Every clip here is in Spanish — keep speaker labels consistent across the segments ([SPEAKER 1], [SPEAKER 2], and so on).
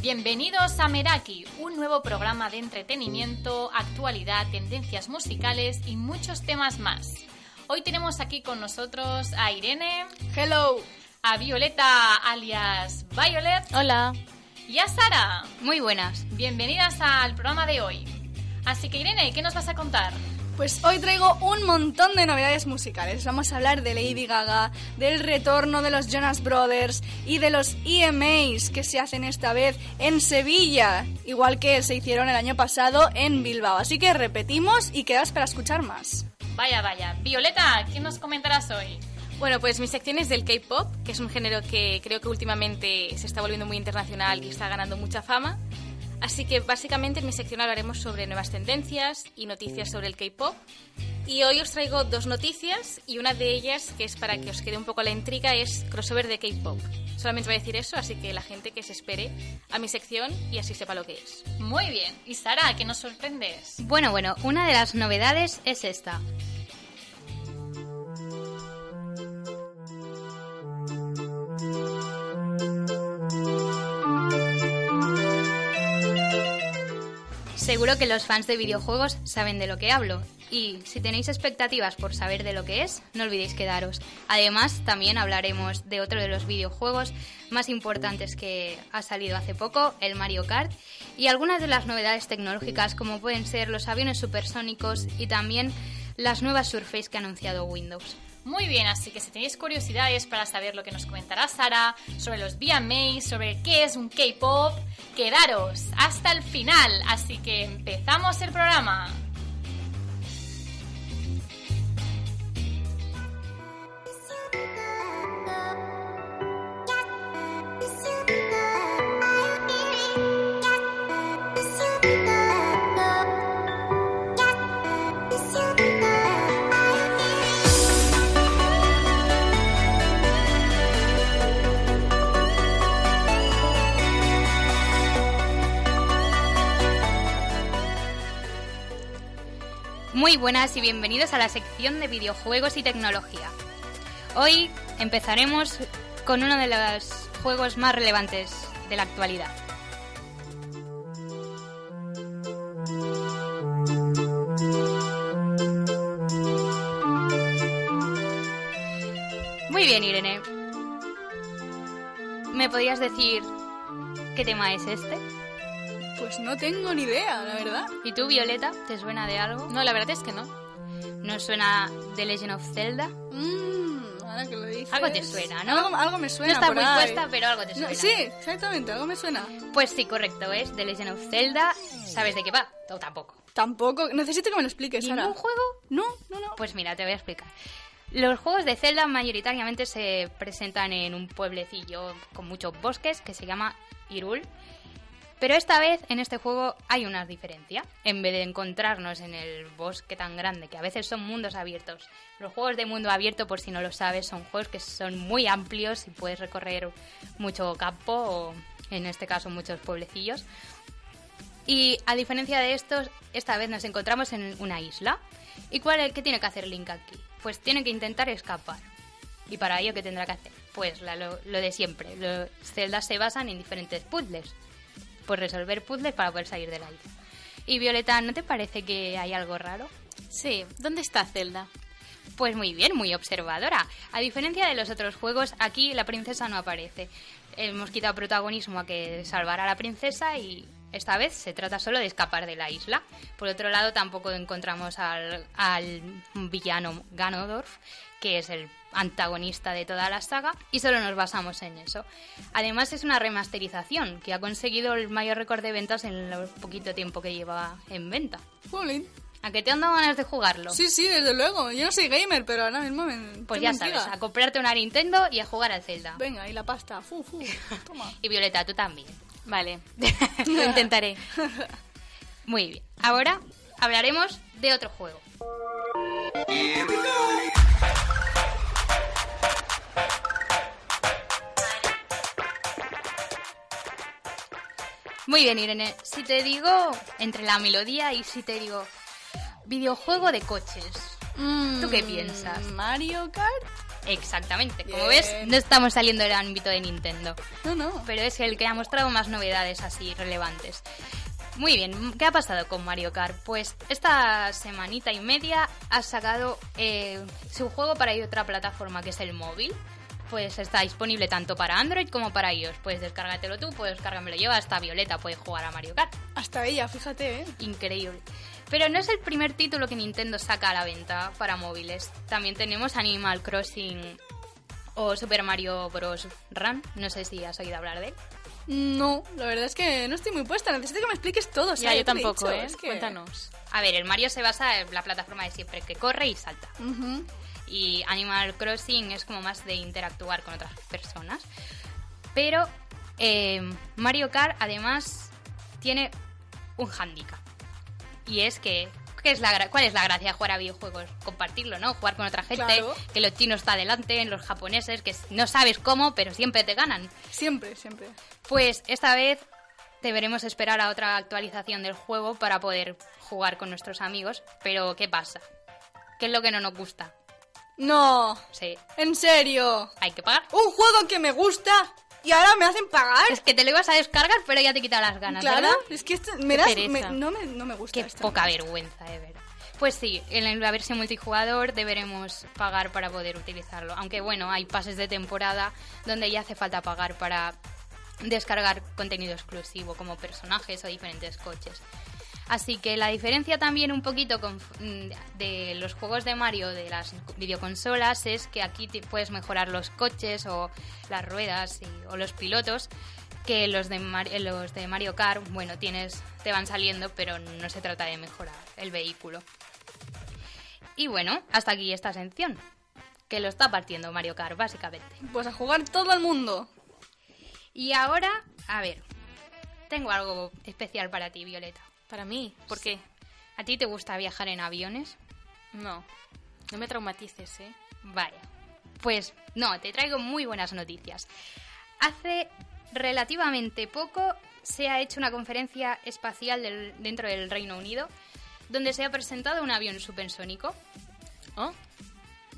[SPEAKER 1] Bienvenidos a Meraki, un nuevo programa de entretenimiento, actualidad, tendencias musicales y muchos temas más. Hoy tenemos aquí con nosotros a Irene,
[SPEAKER 2] Hello.
[SPEAKER 1] a Violeta alias Violet
[SPEAKER 3] Hola.
[SPEAKER 1] y a Sara.
[SPEAKER 3] Muy buenas.
[SPEAKER 1] Bienvenidas al programa de hoy. Así que Irene, ¿qué nos vas a contar?
[SPEAKER 2] Pues hoy traigo un montón de novedades musicales. Vamos a hablar de Lady Gaga, del retorno de los Jonas Brothers y de los EMAs que se hacen esta vez en Sevilla, igual que se hicieron el año pasado en Bilbao. Así que repetimos y quedas para escuchar más.
[SPEAKER 1] Vaya, vaya. Violeta, ¿qué nos comentarás hoy?
[SPEAKER 3] Bueno, pues mi sección es del K-pop, que es un género que creo que últimamente se está volviendo muy internacional y está ganando mucha fama. Así que básicamente en mi sección hablaremos sobre nuevas tendencias y noticias sobre el K-pop. Y hoy os traigo dos noticias y una de ellas, que es para que os quede un poco la intriga, es crossover de K-pop. Solamente voy a decir eso, así que la gente que se espere a mi sección y así sepa lo que es.
[SPEAKER 1] Muy bien. ¿Y Sara, qué nos sorprendes?
[SPEAKER 4] Bueno, bueno, una de las novedades es esta. Seguro que los fans de videojuegos saben de lo que hablo. Y si tenéis expectativas por saber de lo que es, no olvidéis quedaros. Además, también hablaremos de otro de los videojuegos más importantes que ha salido hace poco, el Mario Kart, y algunas de las novedades tecnológicas como pueden ser los aviones supersónicos y también las nuevas Surface que ha anunciado Windows.
[SPEAKER 1] Muy bien, así que si tenéis curiosidades para saber lo que nos comentará Sara sobre los VMAs, sobre qué es un K-pop, quedaros hasta el final. Así que empezamos el programa.
[SPEAKER 4] Muy buenas y bienvenidos a la sección de videojuegos y tecnología. Hoy empezaremos con uno de los juegos más relevantes de la actualidad. Muy bien, Irene. ¿Me podías decir qué tema es este?
[SPEAKER 2] Pues no tengo ni idea, la verdad.
[SPEAKER 4] ¿Y tú, Violeta, te suena de algo?
[SPEAKER 3] No, la verdad es que no.
[SPEAKER 4] ¿No suena The Legend of Zelda?
[SPEAKER 2] Mm, ahora que lo dices.
[SPEAKER 4] Algo te suena, ¿no?
[SPEAKER 2] Algo, algo me suena.
[SPEAKER 4] no está
[SPEAKER 2] por
[SPEAKER 4] muy
[SPEAKER 2] ahí.
[SPEAKER 4] puesta, pero algo te
[SPEAKER 2] No,
[SPEAKER 4] suena.
[SPEAKER 2] sí, exactamente, algo me suena.
[SPEAKER 4] Pues sí, correcto, es The Legend of Zelda. ¿Sabes de qué va? O tampoco.
[SPEAKER 2] Tampoco, necesito que me lo expliques, Sara.
[SPEAKER 4] ¿Ningún juego?
[SPEAKER 2] No, no, no.
[SPEAKER 4] Pues mira, te voy a explicar. Los juegos de Zelda mayoritariamente se presentan en un pueblecillo con muchos bosques que se llama Hyrule. Pero esta vez en este juego hay una diferencia. En vez de encontrarnos en el bosque tan grande, que a veces son mundos abiertos. Los juegos de mundo abierto, por si no lo sabes, son juegos que son muy amplios y puedes recorrer mucho campo o, en este caso, muchos pueblecillos. Y a diferencia de estos, esta vez nos encontramos en una isla. ¿Y cuál es el que tiene que hacer Link aquí? Pues tiene que intentar escapar. ¿Y para ello qué tendrá que hacer? Pues la- lo, lo de siempre. Los celdas se basan en diferentes puzzles. Por resolver puzzles para poder salir de la isla. Y Violeta, ¿no te parece que hay algo raro?
[SPEAKER 3] Sí, ¿dónde está Zelda?
[SPEAKER 4] Pues muy bien, muy observadora. A diferencia de los otros juegos, aquí la princesa no aparece. Hemos quitado protagonismo a que salvará a la princesa y esta vez se trata solo de escapar de la isla. Por otro lado, tampoco encontramos al, al villano Ganondorf, que es el antagonista de toda la saga, y solo nos basamos en eso. Además, es una remasterización que ha conseguido el mayor récord de ventas en el poquito tiempo que lleva en venta.
[SPEAKER 2] Jolín.
[SPEAKER 4] ¿A qué te han dado ganas de jugarlo?
[SPEAKER 2] Sí, sí, desde luego. Yo no soy gamer, pero ahora mismo me.
[SPEAKER 4] Pues
[SPEAKER 2] tengo
[SPEAKER 4] ya sabes,
[SPEAKER 2] intriga.
[SPEAKER 4] a comprarte una Nintendo y a jugar al Zelda.
[SPEAKER 2] Venga, y la pasta. Fu, fu. Toma.
[SPEAKER 4] Y Violeta, tú también.
[SPEAKER 3] Vale, lo intentaré.
[SPEAKER 4] Muy bien. Ahora hablaremos de otro juego. Muy bien, Irene. Si te digo, entre la melodía y si te digo, videojuego de coches. ¿Tú qué piensas?
[SPEAKER 2] Mm, ¿Mario Kart?
[SPEAKER 4] Exactamente. Como
[SPEAKER 2] Bien.
[SPEAKER 4] ves, no estamos saliendo del ámbito de Nintendo.
[SPEAKER 2] No, no.
[SPEAKER 4] Pero es el que ha mostrado más novedades así relevantes. Muy bien, ¿qué ha pasado con Mario Kart? Pues esta semanita y media ha sacado eh, su juego para otra plataforma que es el móvil. Pues está disponible tanto para Android como para iOS. Puedes descárgatelo tú, puedes descárgamelo yo, hasta Violeta puede jugar a Mario Kart.
[SPEAKER 2] Hasta ella, fíjate, ¿eh?
[SPEAKER 4] Increíble. Pero no es el primer título que Nintendo saca a la venta para móviles. También tenemos Animal Crossing o Super Mario Bros. Run. No sé si has oído hablar de él.
[SPEAKER 2] No, la verdad es que no estoy muy puesta. Necesito que me expliques todo.
[SPEAKER 3] ya,
[SPEAKER 2] Sara,
[SPEAKER 3] yo
[SPEAKER 2] te lo he
[SPEAKER 3] tampoco,
[SPEAKER 2] dicho,
[SPEAKER 3] ¿eh?
[SPEAKER 2] es que-
[SPEAKER 3] Cuéntanos.
[SPEAKER 4] A ver, el Mario se basa en la plataforma de siempre, que corre y salta.
[SPEAKER 2] Ujú.
[SPEAKER 4] Y Animal Crossing es como más de interactuar con otras personas. Pero eh, Mario Kart además tiene un hándicap. Y es que... ¿qué es la gra- ¿Cuál es la gracia de jugar a videojuegos? Compartirlo, ¿no? Jugar con otra gente,
[SPEAKER 2] Claro.
[SPEAKER 4] que los chinos está adelante, los japoneses, que s- no sabes cómo, pero siempre te ganan.
[SPEAKER 2] Siempre, siempre.
[SPEAKER 4] Pues esta vez deberemos esperar a otra actualización del juego para poder jugar con nuestros amigos. Pero, ¿qué pasa? ¿Qué es lo que no nos gusta?
[SPEAKER 2] No,
[SPEAKER 4] Sí,
[SPEAKER 2] en serio.
[SPEAKER 4] hay que pagar.
[SPEAKER 2] Un juego que me gusta y ahora me hacen pagar.
[SPEAKER 4] Es que te lo ibas a descargar, pero ya te quita las ganas,
[SPEAKER 2] Claro, Pues
[SPEAKER 4] ¿verdad?
[SPEAKER 2] es que esto me das, me-
[SPEAKER 3] pereza.
[SPEAKER 2] no, me, no me gusta
[SPEAKER 4] Qué
[SPEAKER 2] esto.
[SPEAKER 4] poca vergüenza, de verdad. Pues sí, en la versión multijugador deberemos pagar para poder utilizarlo. Aunque bueno, hay pases de temporada donde ya hace falta pagar para descargar contenido exclusivo como personajes o diferentes coches. Así que la diferencia también un poquito con- mm, de los juegos de Mario de las videoconsolas es que aquí te puedes mejorar los coches o las ruedas y- o los pilotos que los de, Mar- eh, los de Mario Kart, bueno, tienes te van saliendo, pero no se trata de mejorar el vehículo. Y bueno, hasta aquí esta sección, que lo está partiendo Mario Kart básicamente.
[SPEAKER 2] Pues a jugar todo el mundo.
[SPEAKER 4] Y ahora, a ver, tengo algo especial para ti, Violeta.
[SPEAKER 3] Para mí, ¿por qué?
[SPEAKER 4] ¿A ti te gusta viajar en aviones?
[SPEAKER 3] No. No me traumatices, ¿eh?
[SPEAKER 4] Vaya. Pues no, te traigo muy buenas noticias. Hace relativamente poco se ha hecho una conferencia espacial del- dentro del Reino Unido donde se ha presentado un avión supersónico.
[SPEAKER 3] ¿Oh?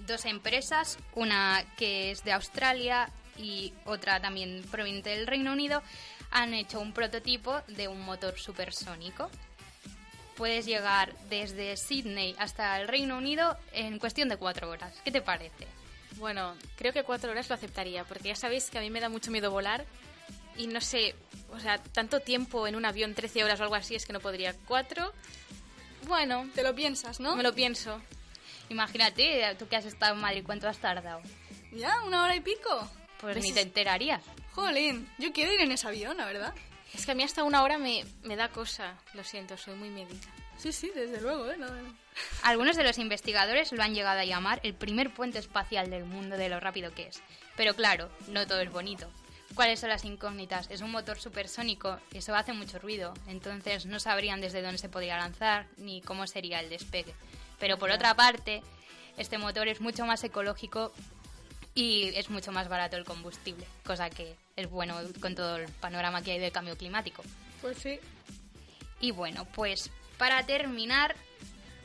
[SPEAKER 4] Dos empresas, una que es de Australia y otra también proveniente del Reino Unido, han hecho un prototipo de un motor supersónico. Puedes llegar desde Sydney hasta el Reino Unido en cuestión de cuatro horas. ¿Qué te parece?
[SPEAKER 3] Bueno, creo que cuatro horas lo aceptaría, porque ya sabéis que a mí me da mucho miedo volar y no sé, o sea, tanto tiempo en un avión, 13 horas o algo así, es que no podría. Cuatro, bueno,
[SPEAKER 2] Te lo piensas, ¿no?
[SPEAKER 3] me lo pienso.
[SPEAKER 4] Imagínate, tú que has estado en Madrid, ¿cuánto has tardado?
[SPEAKER 2] Ya, una hora y pico.
[SPEAKER 4] Pues
[SPEAKER 3] ¿Ves?
[SPEAKER 4] ni te enterarías.
[SPEAKER 2] Jolín, yo quiero ir en ese avión, la verdad.
[SPEAKER 3] Es que a mí hasta una hora me, me da cosa, lo siento, soy muy médica.
[SPEAKER 2] Sí, sí, desde luego, ¿eh? No, no.
[SPEAKER 4] Algunos de los investigadores lo han llegado a llamar el primer puente espacial del mundo de lo rápido que es. Pero claro, no todo es bonito. ¿Cuáles son las incógnitas? Es un motor supersónico, eso hace mucho ruido, entonces no sabrían desde dónde se podría lanzar ni cómo sería el despegue. Pero por otra parte, este motor es mucho más ecológico y es mucho más barato el combustible, cosa que es bueno con todo el panorama que hay del cambio climático.
[SPEAKER 2] Pues sí.
[SPEAKER 4] Y bueno, pues para terminar,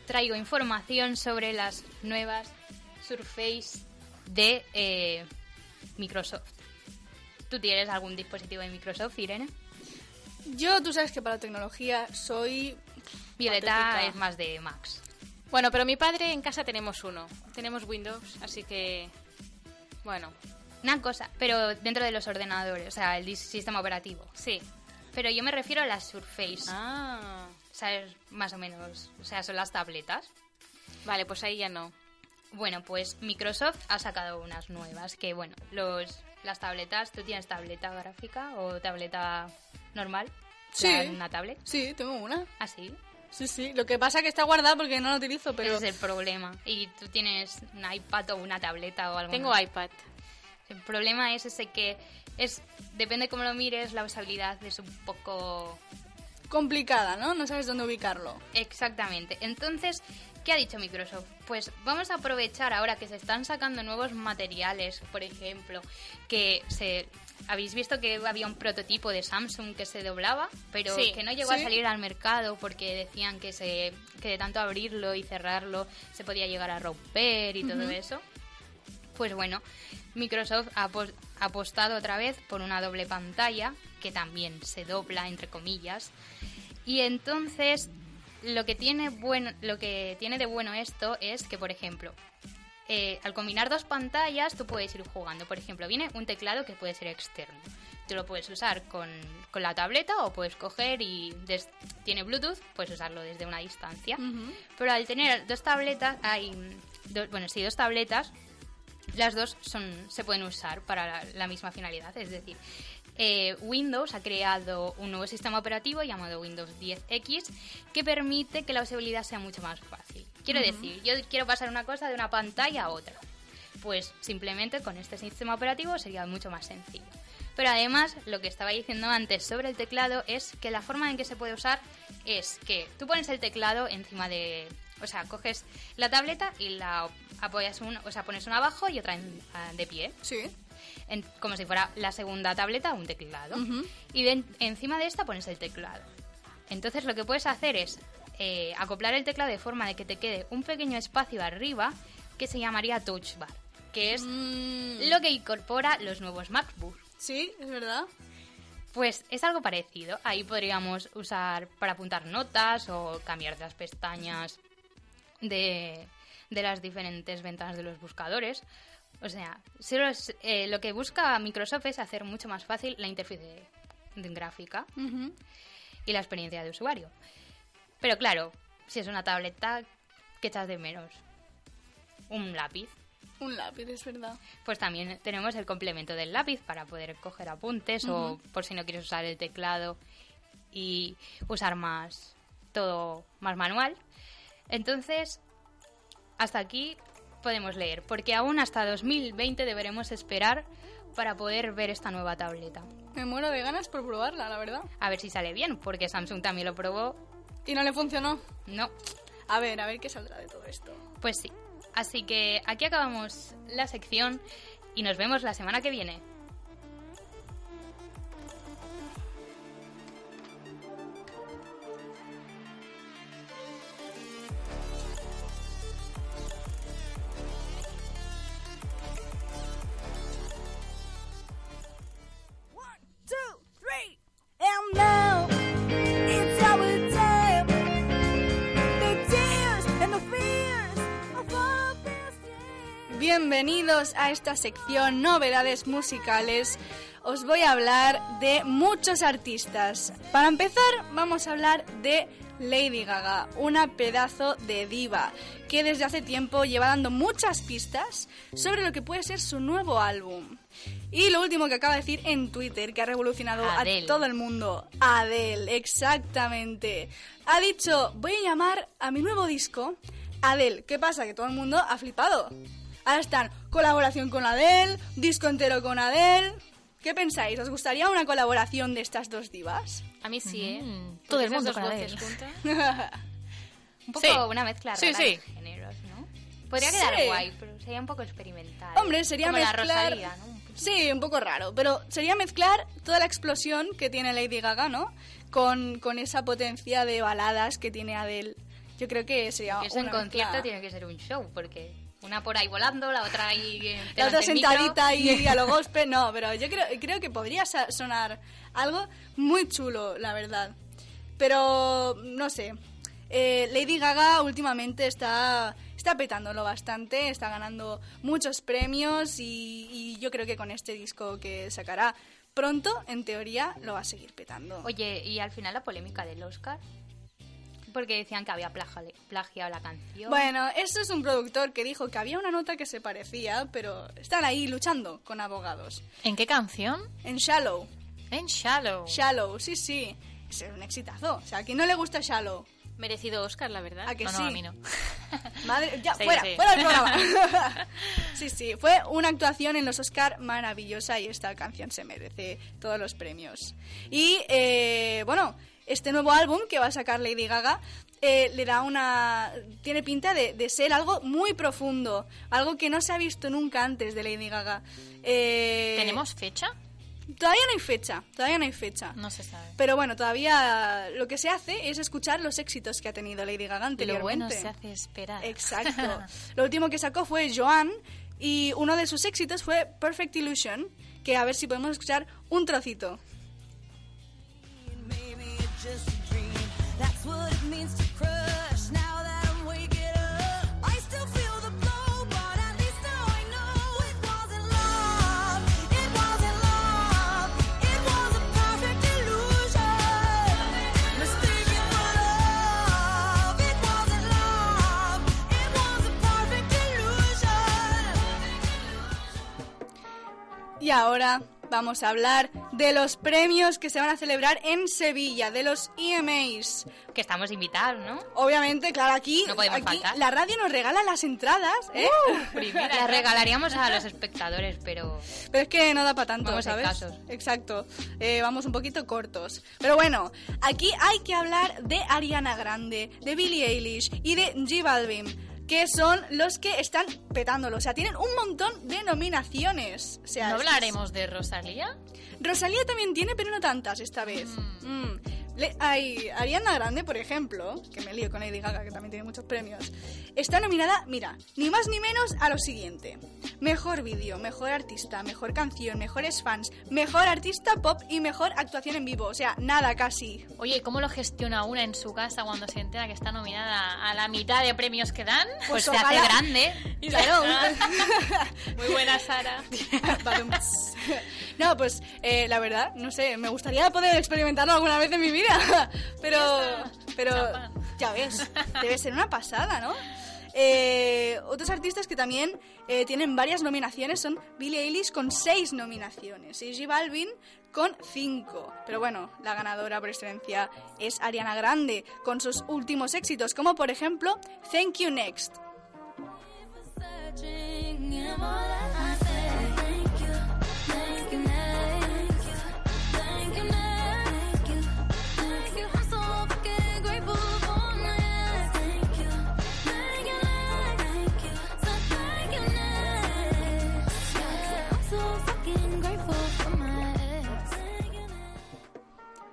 [SPEAKER 4] traigo información sobre las nuevas Surface de eh, Microsoft. ¿Tú tienes algún dispositivo de Microsoft, Irene?
[SPEAKER 2] Yo, tú sabes que para la tecnología soy...
[SPEAKER 4] Violeta
[SPEAKER 3] Patética.
[SPEAKER 4] es más de Max.
[SPEAKER 3] Bueno, pero mi padre en casa tenemos uno, tenemos Windows, así que, bueno,
[SPEAKER 4] Una cosa, pero dentro de los ordenadores, o sea, el dis- sistema operativo.
[SPEAKER 3] sí.
[SPEAKER 4] Pero yo me refiero a las Surface.
[SPEAKER 3] Ah,
[SPEAKER 4] ¿Sabes? Más o menos. O sea, son las tabletas.
[SPEAKER 3] vale, pues ahí ya no.
[SPEAKER 4] Bueno, pues Microsoft ha sacado unas nuevas que, bueno, los, las tabletas, ¿tú tienes tableta gráfica o tableta normal? O sea,
[SPEAKER 2] Sí.
[SPEAKER 4] ¿Una tablet? Ah,
[SPEAKER 2] Sí, tengo una.
[SPEAKER 4] Así,
[SPEAKER 2] Sí, sí. Lo que pasa que está guardada porque no la utilizo, pero...
[SPEAKER 4] ese es el problema. Y tú tienes un iPad o una tableta o algo.
[SPEAKER 3] Tengo iPad.
[SPEAKER 4] El problema es ese que es depende cómo lo mires, la usabilidad es un poco
[SPEAKER 2] complicada, ¿no? No sabes dónde ubicarlo.
[SPEAKER 4] Exactamente. Entonces, ¿qué ha dicho Microsoft? Pues vamos a aprovechar ahora que se están sacando nuevos materiales, por ejemplo, que se habéis visto que había un prototipo de Samsung que se doblaba, pero
[SPEAKER 1] Sí,
[SPEAKER 4] que no llegó
[SPEAKER 2] sí.
[SPEAKER 4] a salir al mercado porque decían que se que de tanto abrirlo y cerrarlo se podía llegar a romper y todo eso. Pues bueno, Microsoft ha apos- ha apostado otra vez por una doble pantalla, que también se dobla, entre comillas. Y entonces, lo que tiene, bueno, lo que tiene de bueno esto es que, por ejemplo, eh, al combinar dos pantallas, tú puedes ir jugando. Por ejemplo, viene un teclado que puede ser externo. Tú lo puedes usar con, con la tableta o puedes coger y des- tiene Bluetooth, puedes usarlo desde una distancia. Pero al tener dos tabletas, hay. mm, do- bueno, sí, dos tabletas, las dos son, se pueden usar para la, la misma finalidad. Es decir, eh, Windows ha creado un nuevo sistema operativo llamado Windows 10X que permite que la usabilidad sea mucho más fácil. Quiero decir, yo quiero pasar una cosa de una pantalla a otra. Pues simplemente con este sistema operativo sería mucho más sencillo. Pero además, lo que estaba diciendo antes sobre el teclado es que la forma en que se puede usar es que tú pones el teclado encima de. O sea, coges la tableta y la apoyas un. O sea, pones una abajo y otra en- ah, de pie.
[SPEAKER 2] Sí.
[SPEAKER 4] en- como si fuera la segunda tableta, un teclado. Y de- encima de esta pones el teclado. Entonces lo que puedes hacer es eh, acoplar el teclado de forma de que te quede un pequeño espacio arriba que se llamaría touch bar, que es
[SPEAKER 2] Mm,
[SPEAKER 4] lo que incorpora los nuevos MacBook.
[SPEAKER 2] sí, es verdad.
[SPEAKER 4] Pues es algo parecido. Ahí podríamos usar para apuntar notas o cambiar las pestañas de, de las diferentes ventanas de los buscadores. O sea, solo es- eh, lo que busca Microsoft es hacer mucho más fácil la interfaz de- de gráfica
[SPEAKER 2] Ujú.
[SPEAKER 4] y la experiencia de usuario. Pero claro, si es una tableta, ¿qué echas de menos? Un lápiz.
[SPEAKER 2] Un lápiz, es verdad.
[SPEAKER 4] Pues también tenemos el complemento del lápiz para poder coger apuntes o por si no quieres usar el teclado y usar más todo más manual. Entonces, hasta aquí podemos leer, porque aún hasta 2020 deberemos esperar para poder ver esta nueva tableta.
[SPEAKER 2] Me muero de ganas por probarla, la verdad.
[SPEAKER 4] A ver si sale bien, porque Samsung también lo probó.
[SPEAKER 2] Y no le funcionó.
[SPEAKER 4] No,
[SPEAKER 2] A ver, a ver qué saldrá de todo esto.
[SPEAKER 4] pues sí. Así que aquí acabamos la sección y nos vemos la semana que viene.
[SPEAKER 5] And now it's our time. The tears and the fears of all this year.
[SPEAKER 2] Bienvenidos a esta sección Novedades Musicales. Os voy a hablar de muchos artistas. Para empezar, vamos a hablar de Lady Gaga, una pedazo de diva que desde hace tiempo lleva dando muchas pistas sobre lo que puede ser su nuevo álbum. Y lo último que acaba de decir en Twitter, que ha revolucionado
[SPEAKER 4] Adele.
[SPEAKER 2] a todo el mundo, Adele, exactamente. Ha dicho, voy a llamar a mi nuevo disco Adele. ¿Qué pasa? Que todo el mundo ha flipado. Ahora están colaboración con Adele, disco entero con Adele. ¿Qué pensáis? ¿Os gustaría una colaboración de estas dos divas?
[SPEAKER 3] A mí sí, ¿eh?
[SPEAKER 1] Mm,
[SPEAKER 3] Porque
[SPEAKER 1] todo el
[SPEAKER 3] esas
[SPEAKER 1] mundo
[SPEAKER 3] dos
[SPEAKER 1] con
[SPEAKER 3] voces
[SPEAKER 1] Adele.
[SPEAKER 3] juntas.
[SPEAKER 4] Un poco
[SPEAKER 1] Sí.
[SPEAKER 4] una mezcla
[SPEAKER 1] Sí,
[SPEAKER 4] rara
[SPEAKER 1] sí.
[SPEAKER 4] de géneros, ¿no? Podría
[SPEAKER 2] Sí.
[SPEAKER 4] quedar guay, pero sería un poco experimental.
[SPEAKER 2] Hombre, sería
[SPEAKER 4] Como
[SPEAKER 2] mezclar...
[SPEAKER 4] la Rosalía, ¿no? Un poco.
[SPEAKER 2] Sí, un poco raro, pero sería mezclar toda la explosión que tiene Lady Gaga, ¿no? Con, con esa potencia de baladas que tiene Adele. Yo creo que sería
[SPEAKER 4] Que eso en
[SPEAKER 2] una
[SPEAKER 4] concierto
[SPEAKER 2] mezcla.
[SPEAKER 4] tiene que ser un show, porque una por ahí volando, la otra ahí... eh,
[SPEAKER 2] la
[SPEAKER 4] delante
[SPEAKER 2] otra
[SPEAKER 4] del micro.
[SPEAKER 2] sentadita y a lo gospel, no, pero yo creo, creo que podría sa- sonar algo muy chulo, la verdad. Pero, no sé, eh, Lady Gaga últimamente está, está petándolo bastante, está ganando muchos premios y, y yo creo que con este disco que sacará pronto, en teoría, lo va a seguir petando.
[SPEAKER 4] Oye, y al final la polémica del Oscar, porque decían que había plagale- plagiado la canción.
[SPEAKER 2] Bueno, esto es un productor que dijo que había una nota que se parecía, pero están ahí luchando con abogados.
[SPEAKER 1] ¿En qué canción?
[SPEAKER 2] En Shallow,
[SPEAKER 1] En Shallow.
[SPEAKER 2] Shallow, sí, sí. Es un exitazo. O sea, ¿a quién no le gusta Shallow?
[SPEAKER 3] Merecido Oscar, la verdad.
[SPEAKER 2] ¿A que
[SPEAKER 1] Ah, no, no,
[SPEAKER 2] sí?
[SPEAKER 3] Eh,
[SPEAKER 1] a mí no.
[SPEAKER 2] Madre, ya,
[SPEAKER 1] Sí,
[SPEAKER 2] fuera,
[SPEAKER 1] sí.
[SPEAKER 2] fuera del programa. sí, sí, fue una actuación en los Oscar maravillosa y esta canción se merece todos los premios. Y eh, bueno, este nuevo álbum que va a sacar Lady Gaga eh, le da una. tiene pinta de, de ser algo muy profundo, algo que no se ha visto nunca antes de Lady Gaga. Eh,
[SPEAKER 1] ¿Tenemos fecha?
[SPEAKER 2] Todavía no hay fecha, todavía no hay fecha.
[SPEAKER 1] No se sabe.
[SPEAKER 2] Pero bueno, todavía lo que se hace es escuchar los éxitos que ha tenido Lady Gaga
[SPEAKER 1] Lo
[SPEAKER 2] anteriormente.
[SPEAKER 1] bueno se hace esperar.
[SPEAKER 2] Exacto. Lo último que sacó fue Joan y uno de sus éxitos fue Perfect Illusion, que a ver si podemos escuchar un trocito.
[SPEAKER 5] Maybe it's just a dream. That's what it means to crush. Now that I'm waking up, I still feel the blow, but at least now I know it wasn't love. It wasn't love. It was a perfect illusion. Mistaken for love. It wasn't love. It was a perfect illusion.
[SPEAKER 2] Y ahora vamos a hablar de los premios que se van a celebrar en Sevilla, de los EMAs.
[SPEAKER 4] Que estamos invitados, ¿no?
[SPEAKER 2] Obviamente, claro, aquí,
[SPEAKER 4] No podemos
[SPEAKER 2] aquí
[SPEAKER 4] faltar.
[SPEAKER 2] la radio nos regala las entradas, ¿eh?
[SPEAKER 4] La regalaríamos a los espectadores, pero
[SPEAKER 2] Pero es que no da para tanto,
[SPEAKER 4] Vamos
[SPEAKER 2] ¿sabes?
[SPEAKER 4] escasos.
[SPEAKER 2] Exacto. Eh, vamos un poquito cortos. Pero bueno, aquí hay que hablar de Ariana Grande, de Billie Eilish y de G Balvin, que son los que están petándolo. O sea, tienen un montón de nominaciones. O sea,
[SPEAKER 1] ¿No
[SPEAKER 2] es-
[SPEAKER 1] hablaremos de Rosalía?
[SPEAKER 2] Rosalía también tiene, pero no tantas esta vez. Mm. Le- hay Ariana Grande, por ejemplo, que me lío con Lady Gaga, que también tiene muchos premios, está nominada, mira, ni más ni menos a lo siguiente. Mejor vídeo, mejor artista, mejor canción, mejores fans, mejor artista pop y mejor actuación en vivo. O sea, nada casi.
[SPEAKER 1] Oye, ¿cómo lo gestiona una en su casa cuando se entera que está nominada a la mitad de premios que dan?
[SPEAKER 4] pues
[SPEAKER 2] Pues
[SPEAKER 4] se hace
[SPEAKER 2] ojalá.
[SPEAKER 4] grande.
[SPEAKER 2] Claro.
[SPEAKER 1] Muy buena, Sara.
[SPEAKER 2] Badum. no, pues eh, la verdad, no sé, me gustaría poder experimentarlo alguna vez en mi vida, pero, pero
[SPEAKER 1] Champán.
[SPEAKER 2] ya ves, debe ser una pasada, ¿no? Eh, otros artistas que también eh, tienen varias nominaciones son Billie Eilish con seis nominaciones y G Balvin con cinco. Pero bueno, la ganadora por excelencia es Ariana Grande con sus últimos éxitos, como por ejemplo Thank You Next.
[SPEAKER 5] searching in all that I say. Thank you, thank you, thank you, thank you, thank you, thank you. I'm so fucking grateful for this. Thank you, thank you, thank you, so thank you, next. Yeah, I'm so fucking grateful for my ex. Thank you, next.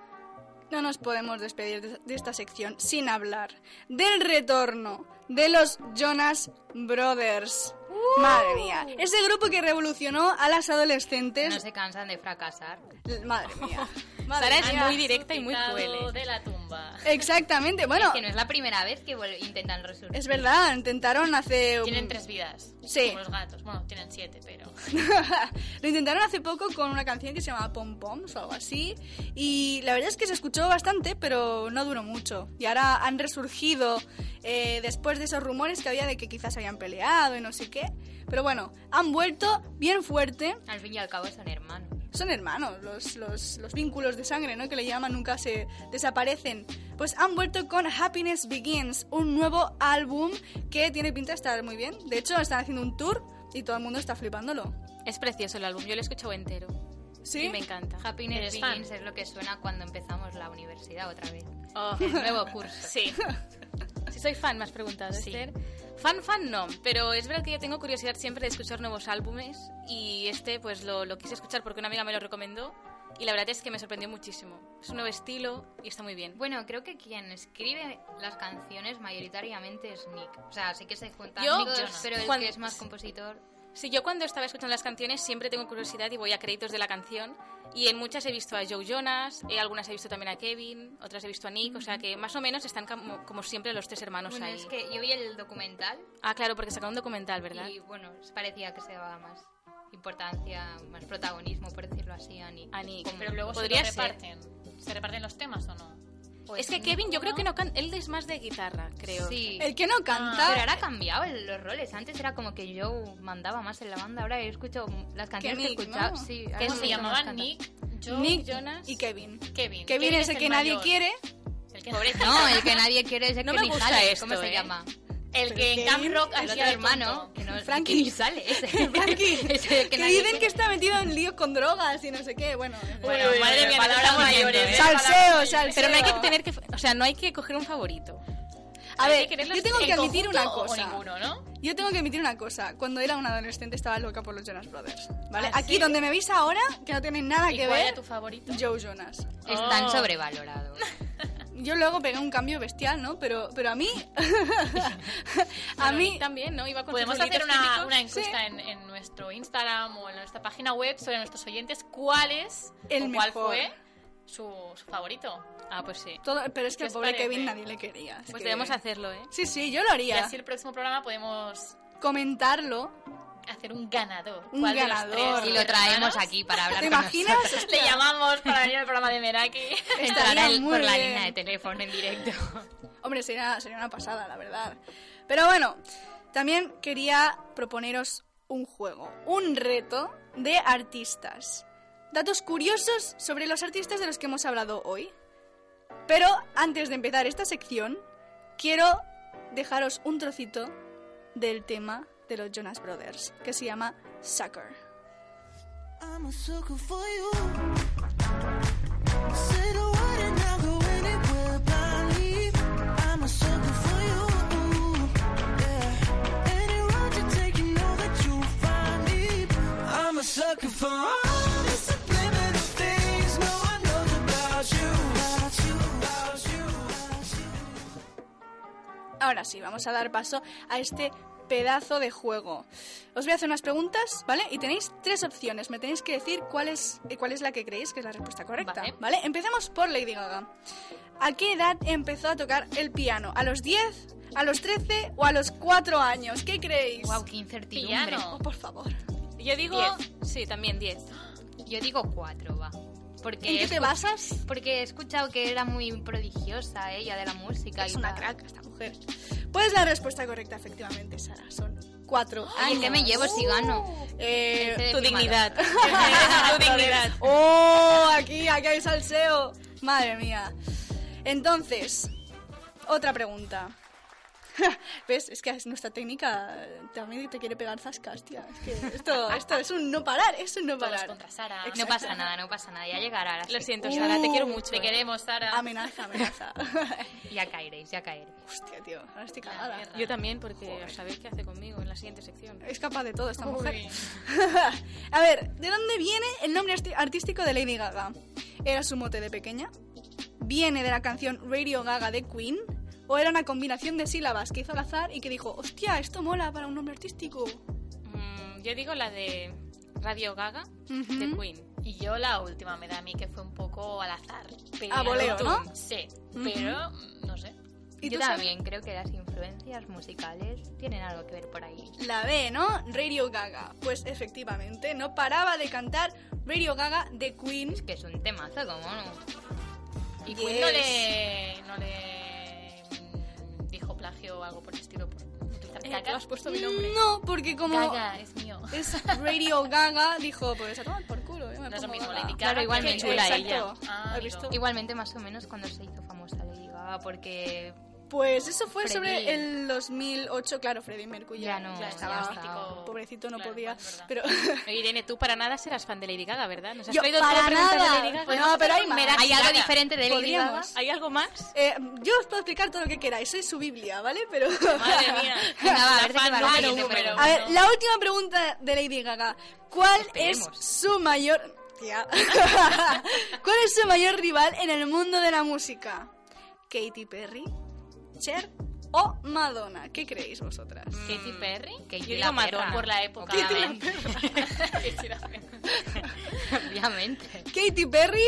[SPEAKER 2] No nos podemos despedir de- de esta sección sin hablar del retorno de los Jonas Brothers.
[SPEAKER 4] ¡Uh!
[SPEAKER 2] Madre mía, ese grupo que revolucionó a las
[SPEAKER 4] No
[SPEAKER 2] adolescentes.
[SPEAKER 4] se cansan de fracasar.
[SPEAKER 2] L- Madre mía. Madre
[SPEAKER 3] Sara es
[SPEAKER 2] mía.
[SPEAKER 3] muy directa y muy
[SPEAKER 1] Quitado
[SPEAKER 3] cruel. ¿eh?
[SPEAKER 1] de la tumba.
[SPEAKER 2] Exactamente, bueno,
[SPEAKER 4] Que no es la primera vez que vuel- intentan resurgir.
[SPEAKER 2] es verdad, intentaron hace...
[SPEAKER 1] Tienen tres vidas.
[SPEAKER 2] Sí.
[SPEAKER 1] Como los gatos. Bueno, tienen siete, pero.
[SPEAKER 2] Lo intentaron hace poco con una canción que se llamaba Pom Poms o algo así. Y la verdad es que se escuchó bastante, pero no duró mucho. Y ahora han resurgido eh, después de esos rumores que había de que quizás habían peleado y no sé qué. Pero bueno, han vuelto bien fuerte.
[SPEAKER 4] Al fin y al cabo son hermanos.
[SPEAKER 2] Son hermanos, los, los, los vínculos de sangre, ¿no? Que le llaman, nunca se desaparecen. Pues han vuelto con Happiness Begins, un nuevo álbum que tiene pinta de estar muy bien. De hecho, están haciendo un tour y todo el mundo está flipándolo.
[SPEAKER 3] ¿eh? Es precioso el álbum, yo lo he escuchado entero.
[SPEAKER 2] ¿Sí?
[SPEAKER 3] Y me encanta.
[SPEAKER 4] Happiness
[SPEAKER 1] Eres fan.
[SPEAKER 4] Begins es lo que suena cuando empezamos la universidad otra vez.
[SPEAKER 3] Oh,
[SPEAKER 4] El nuevo curso.
[SPEAKER 3] Sí. Si soy fan, me has preguntado, Esther. Fan, fan no, pero es verdad que yo tengo curiosidad siempre de escuchar nuevos álbumes y este pues lo, lo quise escuchar porque una amiga me lo recomendó y la verdad es que me sorprendió muchísimo. Es un nuevo estilo y está muy bien.
[SPEAKER 4] Bueno, creo que quien escribe las canciones mayoritariamente es Nick. O sea, sí que se juntan
[SPEAKER 3] Yo-
[SPEAKER 4] Nick,
[SPEAKER 3] yo no.
[SPEAKER 4] pero el
[SPEAKER 3] Cuando-
[SPEAKER 4] que es más compositor.
[SPEAKER 3] Sí, yo cuando estaba escuchando las canciones siempre tengo curiosidad y voy a créditos de la canción y en muchas he visto a Joe Jonas, eh, algunas he visto también a Kevin, otras he visto a Nick, o sea que más o menos están como, como siempre los tres hermanos
[SPEAKER 4] Bueno,
[SPEAKER 3] ahí.
[SPEAKER 4] es que yo vi el documental
[SPEAKER 3] Ah, claro, porque sacaron un documental, ¿verdad?
[SPEAKER 4] y bueno, parecía que se daba más importancia, más protagonismo, por decirlo así, a Nick.
[SPEAKER 3] A Nick.
[SPEAKER 4] Como-
[SPEAKER 1] Pero luego
[SPEAKER 3] Podría
[SPEAKER 1] se
[SPEAKER 3] ser.
[SPEAKER 1] lo reparten. ¿Se reparten los temas o no?
[SPEAKER 4] pues
[SPEAKER 3] es que
[SPEAKER 4] Nick
[SPEAKER 3] Kevin yo creo
[SPEAKER 4] uno-
[SPEAKER 3] que no can- él es más de guitarra, creo.
[SPEAKER 4] Sí.
[SPEAKER 2] El que no canta.
[SPEAKER 4] Pero ahora ha cambiado el- los roles. Antes era como que yo mandaba más en la banda. Ahora yo escucho las canciones que he
[SPEAKER 2] Nick,
[SPEAKER 4] escuchado.
[SPEAKER 2] ¿no?
[SPEAKER 4] Sí,
[SPEAKER 1] Que
[SPEAKER 4] ahora
[SPEAKER 1] se
[SPEAKER 4] sí son más
[SPEAKER 1] llamaban
[SPEAKER 4] cantantes.
[SPEAKER 1] Nick, Joe,
[SPEAKER 2] Nick
[SPEAKER 1] Jonas
[SPEAKER 2] y Kevin.
[SPEAKER 1] Kevin.
[SPEAKER 2] Kevin es el que nadie
[SPEAKER 1] mayor.
[SPEAKER 2] quiere.
[SPEAKER 1] El que
[SPEAKER 4] Pobre- no, el que nadie quiere es el
[SPEAKER 3] No
[SPEAKER 4] que
[SPEAKER 3] me
[SPEAKER 4] ni
[SPEAKER 3] gusta
[SPEAKER 4] sale.
[SPEAKER 3] esto,
[SPEAKER 4] ¿Cómo se
[SPEAKER 3] ¿eh?
[SPEAKER 4] llama?
[SPEAKER 1] El
[SPEAKER 2] Pero
[SPEAKER 1] que
[SPEAKER 2] es
[SPEAKER 1] en
[SPEAKER 2] que
[SPEAKER 1] Camp
[SPEAKER 2] ir-
[SPEAKER 1] Rock
[SPEAKER 4] El
[SPEAKER 1] hacía
[SPEAKER 4] otro
[SPEAKER 1] de
[SPEAKER 4] hermano,
[SPEAKER 1] tonto.
[SPEAKER 4] que no
[SPEAKER 2] Frankie.
[SPEAKER 4] que ni sale. Ese,
[SPEAKER 2] Frankie,
[SPEAKER 4] ese
[SPEAKER 2] que
[SPEAKER 4] nadie
[SPEAKER 2] dicen
[SPEAKER 4] ve.
[SPEAKER 2] que está metido en líos con drogas y no sé qué. Bueno,
[SPEAKER 1] Bueno,
[SPEAKER 3] Uy, uy,
[SPEAKER 1] madre
[SPEAKER 3] uy,
[SPEAKER 1] mía, palabras
[SPEAKER 3] palabras
[SPEAKER 1] mayores.
[SPEAKER 3] mayores.
[SPEAKER 1] ¿eh?
[SPEAKER 2] Salseo,
[SPEAKER 1] Palabras mayores.
[SPEAKER 2] salseo.
[SPEAKER 3] Pero no hay que
[SPEAKER 2] Pero-
[SPEAKER 3] tener que, o sea, no hay que coger un favorito.
[SPEAKER 2] a
[SPEAKER 1] Hay
[SPEAKER 2] ver,
[SPEAKER 1] quererlos
[SPEAKER 2] yo tengo
[SPEAKER 1] en
[SPEAKER 2] que admitir
[SPEAKER 1] conjunto
[SPEAKER 2] una
[SPEAKER 1] o- O
[SPEAKER 2] cosa.
[SPEAKER 1] ninguno, ¿no?
[SPEAKER 2] Yo tengo que admitir una cosa. Cuando era una adolescente estaba loca por los Jonas Brothers. ¿Vale?
[SPEAKER 1] ¿Ah,
[SPEAKER 2] Aquí
[SPEAKER 1] sí?
[SPEAKER 2] donde me veis ahora, que no tienen nada
[SPEAKER 1] ¿Y
[SPEAKER 2] que
[SPEAKER 1] cuál
[SPEAKER 2] ver,
[SPEAKER 1] era tu favorito?
[SPEAKER 2] Joe Jonas.
[SPEAKER 4] Están
[SPEAKER 1] Oh.
[SPEAKER 4] sobrevalorados.
[SPEAKER 2] Yo luego pegué un cambio bestial, ¿no? Pero, pero a mí. a
[SPEAKER 3] Bueno,
[SPEAKER 2] mí.
[SPEAKER 3] también, ¿no? Iba con
[SPEAKER 1] Podemos
[SPEAKER 3] sus
[SPEAKER 1] hacer
[SPEAKER 3] bolitos
[SPEAKER 1] una,
[SPEAKER 3] típicos.
[SPEAKER 1] una encuesta en, en nuestro Instagram o en nuestra página web sobre nuestros oyentes cuál es
[SPEAKER 2] El
[SPEAKER 1] o cuál
[SPEAKER 2] mejor.
[SPEAKER 1] fue su, su favorito.
[SPEAKER 3] Ah, pues sí.
[SPEAKER 2] todo- pero es que
[SPEAKER 1] ¿Qué
[SPEAKER 2] al
[SPEAKER 1] os
[SPEAKER 2] pobre
[SPEAKER 1] parece?
[SPEAKER 2] Kevin nadie le quería. es
[SPEAKER 3] Pues
[SPEAKER 2] que-
[SPEAKER 3] debemos hacerlo, ¿eh?
[SPEAKER 2] Sí, sí, yo lo
[SPEAKER 1] Y
[SPEAKER 2] haría.
[SPEAKER 1] así el próximo programa podemos
[SPEAKER 2] Comentarlo.
[SPEAKER 1] hacer un ganador.
[SPEAKER 2] Un
[SPEAKER 1] ¿Cuál de los
[SPEAKER 2] ganador.
[SPEAKER 1] tres
[SPEAKER 4] Y lo traemos
[SPEAKER 1] hermanos?
[SPEAKER 4] aquí para hablar
[SPEAKER 2] ¿Te
[SPEAKER 4] con nosotros.
[SPEAKER 2] imaginas?
[SPEAKER 1] Le llamamos para venir al programa de Meraki.
[SPEAKER 4] Entrará
[SPEAKER 2] Estaría
[SPEAKER 4] él
[SPEAKER 2] muy
[SPEAKER 4] por la
[SPEAKER 2] bien.
[SPEAKER 4] línea de teléfono en directo.
[SPEAKER 2] Hombre, sería, sería una pasada, la verdad. Pero bueno, también quería proponeros un juego, un reto de artistas. Datos curiosos sobre los artistas de los que hemos hablado hoy. Pero antes de empezar esta sección, quiero dejaros un trocito del tema de los Jonas Brothers, que se llama Sucker.
[SPEAKER 6] I'm a sucker for you. Say the word and I'll go anywhere blindly. I'm a sucker for you. Yeah. Any road you take, you know that you'll find me. I'm a sucker for all the subliminal things no one knows about you. About you, about you, about you.
[SPEAKER 2] Ahora sí, vamos a dar paso a este pedazo de juego. Os voy a hacer unas preguntas, ¿vale? Y tenéis tres opciones. Me tenéis que decir cuál es, eh, cuál es la que creéis que es la respuesta correcta,
[SPEAKER 1] Vale.
[SPEAKER 2] ¿vale? Empecemos por Lady Gaga. ¿A qué edad empezó a tocar el piano? ¿A los 10, a los 13 o a los 4 años? ¿Qué creéis?
[SPEAKER 4] Guau, qué incertidumbre.
[SPEAKER 1] Piano.
[SPEAKER 2] Oh, por favor.
[SPEAKER 3] Yo digo...
[SPEAKER 1] Diez.
[SPEAKER 3] Sí, también 10.
[SPEAKER 4] Yo digo cuatro, va. Porque
[SPEAKER 2] ¿En qué
[SPEAKER 4] he
[SPEAKER 2] te
[SPEAKER 4] escu-
[SPEAKER 2] basas?
[SPEAKER 4] Porque he escuchado que era muy prodigiosa ella de la música.
[SPEAKER 2] Es
[SPEAKER 4] y
[SPEAKER 2] una
[SPEAKER 4] tal.
[SPEAKER 2] crack esta mujer. Pues la respuesta correceta, efectivamente, Sara. Son 4
[SPEAKER 4] Ay,
[SPEAKER 2] años.
[SPEAKER 4] ¿qué me llevo si gano?
[SPEAKER 2] Eh,
[SPEAKER 4] Pensé de
[SPEAKER 3] Tu
[SPEAKER 4] primaria.
[SPEAKER 3] dignidad. tu dignidad.
[SPEAKER 2] ¡Oh! Aquí, aquí hay salseo. Madre mía. Entonces, otra pregunta. ¿Ves? Es que es nuestra técnica eh, también te quiere pegar zascas, tía. Es que esto, esto es un no parar, es un no
[SPEAKER 1] Todos
[SPEAKER 2] parar.
[SPEAKER 1] contra Sara.
[SPEAKER 2] Exacto.
[SPEAKER 4] No pasa nada, no pasa nada. Ya llegará la
[SPEAKER 3] Lo siento,
[SPEAKER 2] Uh,
[SPEAKER 3] Sara, te quiero mucho.
[SPEAKER 1] Te
[SPEAKER 3] ¿eh?
[SPEAKER 1] queremos, Sara.
[SPEAKER 2] Amenaza, amenaza.
[SPEAKER 4] sección. Ya caeréis, ya caeréis.
[SPEAKER 2] Hostia, tío, ahora estoy
[SPEAKER 1] La
[SPEAKER 2] cagada.
[SPEAKER 1] mierda.
[SPEAKER 3] Yo también, porque sabéis qué hace conmigo en la siguiente sección.
[SPEAKER 2] Es capaz de todo esta
[SPEAKER 1] Uy.
[SPEAKER 2] mujer. A ver, ¿de dónde viene el nombre arti- artístico de Lady Gaga? ¿Era su mote de pequeña? ¿Viene de la canción Radio Gaga de Queen? ¿O era una combinación de sílabas que hizo al azar y que dijo, hostia, esto mola para un nombre artístico?
[SPEAKER 3] Mm, yo digo la de Radio Gaga, de
[SPEAKER 2] Ujú.
[SPEAKER 3] Queen.
[SPEAKER 1] Y yo la última me da a mí que fue un poco al azar. Pero-
[SPEAKER 2] A voleo, ¿no?
[SPEAKER 1] Sí,
[SPEAKER 2] Ujú.
[SPEAKER 1] pero mm, no sé.
[SPEAKER 2] ¿Y
[SPEAKER 4] Yo
[SPEAKER 2] tú sabes?
[SPEAKER 4] también creo que las influencias musicales tienen algo que ver por ahí.
[SPEAKER 2] La B, ¿no? Radio Gaga. Pues efectivamente, no paraba de cantar Radio Gaga de Queen.
[SPEAKER 4] Es que es un temazo, como no.
[SPEAKER 1] Y Queen no
[SPEAKER 2] Yes.
[SPEAKER 1] le, no le mm, dijo plagio o algo por el estilo por utilizar
[SPEAKER 3] Eh,
[SPEAKER 1] caca.
[SPEAKER 3] tú has puesto mi nombre.
[SPEAKER 2] No, porque como
[SPEAKER 1] Gaga es mío.
[SPEAKER 2] es Radio Gaga, dijo, pues a tomar por culo. yo me
[SPEAKER 1] No es lo
[SPEAKER 2] pongo
[SPEAKER 1] mismo,
[SPEAKER 2] Gaga.
[SPEAKER 1] Lady Gaga.
[SPEAKER 4] Claro, igual
[SPEAKER 1] que
[SPEAKER 4] me
[SPEAKER 1] Queen.
[SPEAKER 4] chula
[SPEAKER 2] Exacto.
[SPEAKER 4] ella.
[SPEAKER 1] Ah,
[SPEAKER 2] ¿Has
[SPEAKER 1] amigo.
[SPEAKER 2] visto?
[SPEAKER 4] Igualmente, más o menos, cuando se hizo famosa Lady Gaga, porque
[SPEAKER 2] Pues eso fue
[SPEAKER 4] Freddie.
[SPEAKER 2] sobre el 2008, claro, Freddie Mercury ya,
[SPEAKER 4] Ya no,
[SPEAKER 2] ya
[SPEAKER 1] Claro,
[SPEAKER 2] estaba,
[SPEAKER 4] ya
[SPEAKER 1] estaba.
[SPEAKER 2] pobrecito no
[SPEAKER 1] Claro,
[SPEAKER 2] podía,
[SPEAKER 1] es verdad.
[SPEAKER 2] pero
[SPEAKER 3] Irene, tú para nada serás fan de Lady Gaga, ¿verdad? Nos has
[SPEAKER 2] Yo,
[SPEAKER 3] traído
[SPEAKER 2] para
[SPEAKER 3] todo preguntas
[SPEAKER 2] nada.
[SPEAKER 3] de Lady Gaga.
[SPEAKER 4] Pues-
[SPEAKER 2] Bueno,
[SPEAKER 3] Vamos a
[SPEAKER 2] pero
[SPEAKER 3] hacer
[SPEAKER 2] hay
[SPEAKER 3] un
[SPEAKER 2] más.
[SPEAKER 3] Meraki
[SPEAKER 4] hay algo
[SPEAKER 3] Gaga.
[SPEAKER 4] diferente de Lady Gaga.
[SPEAKER 2] Podríamos.
[SPEAKER 3] ¿Hay algo más?
[SPEAKER 2] eh, yo os puedo explicar todo lo que queráis, soy su Biblia, ¿vale? Pero
[SPEAKER 3] Madre mía.
[SPEAKER 4] Venga, va, a ver de
[SPEAKER 1] fan
[SPEAKER 4] qué va la
[SPEAKER 1] número
[SPEAKER 4] siguiente
[SPEAKER 1] uno.
[SPEAKER 4] pregunta.
[SPEAKER 2] A ver, la última pregunta de Lady Gaga. ¿Cuál
[SPEAKER 4] Esperemos.
[SPEAKER 2] es su mayor tía? ¿Cuál es su mayor rival en el mundo de la música? ¿Katy Perry, Cher o Madonna? ¿Qué creéis vosotras?
[SPEAKER 1] Katy Perry.
[SPEAKER 4] Katy
[SPEAKER 3] Yo
[SPEAKER 4] la
[SPEAKER 3] digo Madonna.
[SPEAKER 4] perra.
[SPEAKER 1] Por la época.
[SPEAKER 4] Katy la
[SPEAKER 1] Obviamente. Katy la perra.
[SPEAKER 4] Obviamente.
[SPEAKER 2] Katy Perry,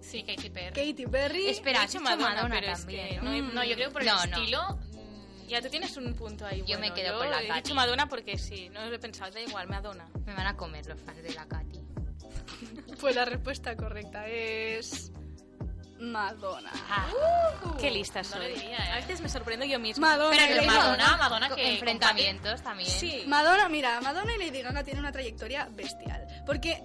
[SPEAKER 1] Sí, Katy Perry.
[SPEAKER 2] Katy Perry.
[SPEAKER 4] Espera, has
[SPEAKER 3] dicho
[SPEAKER 4] dicho
[SPEAKER 3] Madonna,
[SPEAKER 4] Madonna,
[SPEAKER 3] pero es
[SPEAKER 4] también,
[SPEAKER 3] que
[SPEAKER 4] ¿no?
[SPEAKER 1] No, no, yo creo que por el
[SPEAKER 4] No, no.
[SPEAKER 1] estilo. mm,
[SPEAKER 3] Ya tú tienes un punto ahí.
[SPEAKER 4] Yo me
[SPEAKER 3] bueno.
[SPEAKER 4] quedo
[SPEAKER 3] yo
[SPEAKER 4] con la
[SPEAKER 3] he
[SPEAKER 4] Katy.
[SPEAKER 3] dicho Madonna porque sí, no lo he pensado, da igual, Madonna.
[SPEAKER 4] Me van a comer los fans de la Katy.
[SPEAKER 2] Pues la respuesta correcta es Madonna.
[SPEAKER 3] Qué lista soy.
[SPEAKER 1] no le diría, ¿eh?
[SPEAKER 3] A veces me sorprendo yo misma.
[SPEAKER 2] Madonna.
[SPEAKER 1] Pero
[SPEAKER 2] Lady
[SPEAKER 1] Madonna,
[SPEAKER 2] Gaga.
[SPEAKER 1] Madonna que
[SPEAKER 4] enfrentamientos también.
[SPEAKER 3] Sí.
[SPEAKER 2] Madonna, mira, Madonna y Lady Gaga tienen una trayectoria bestial, porque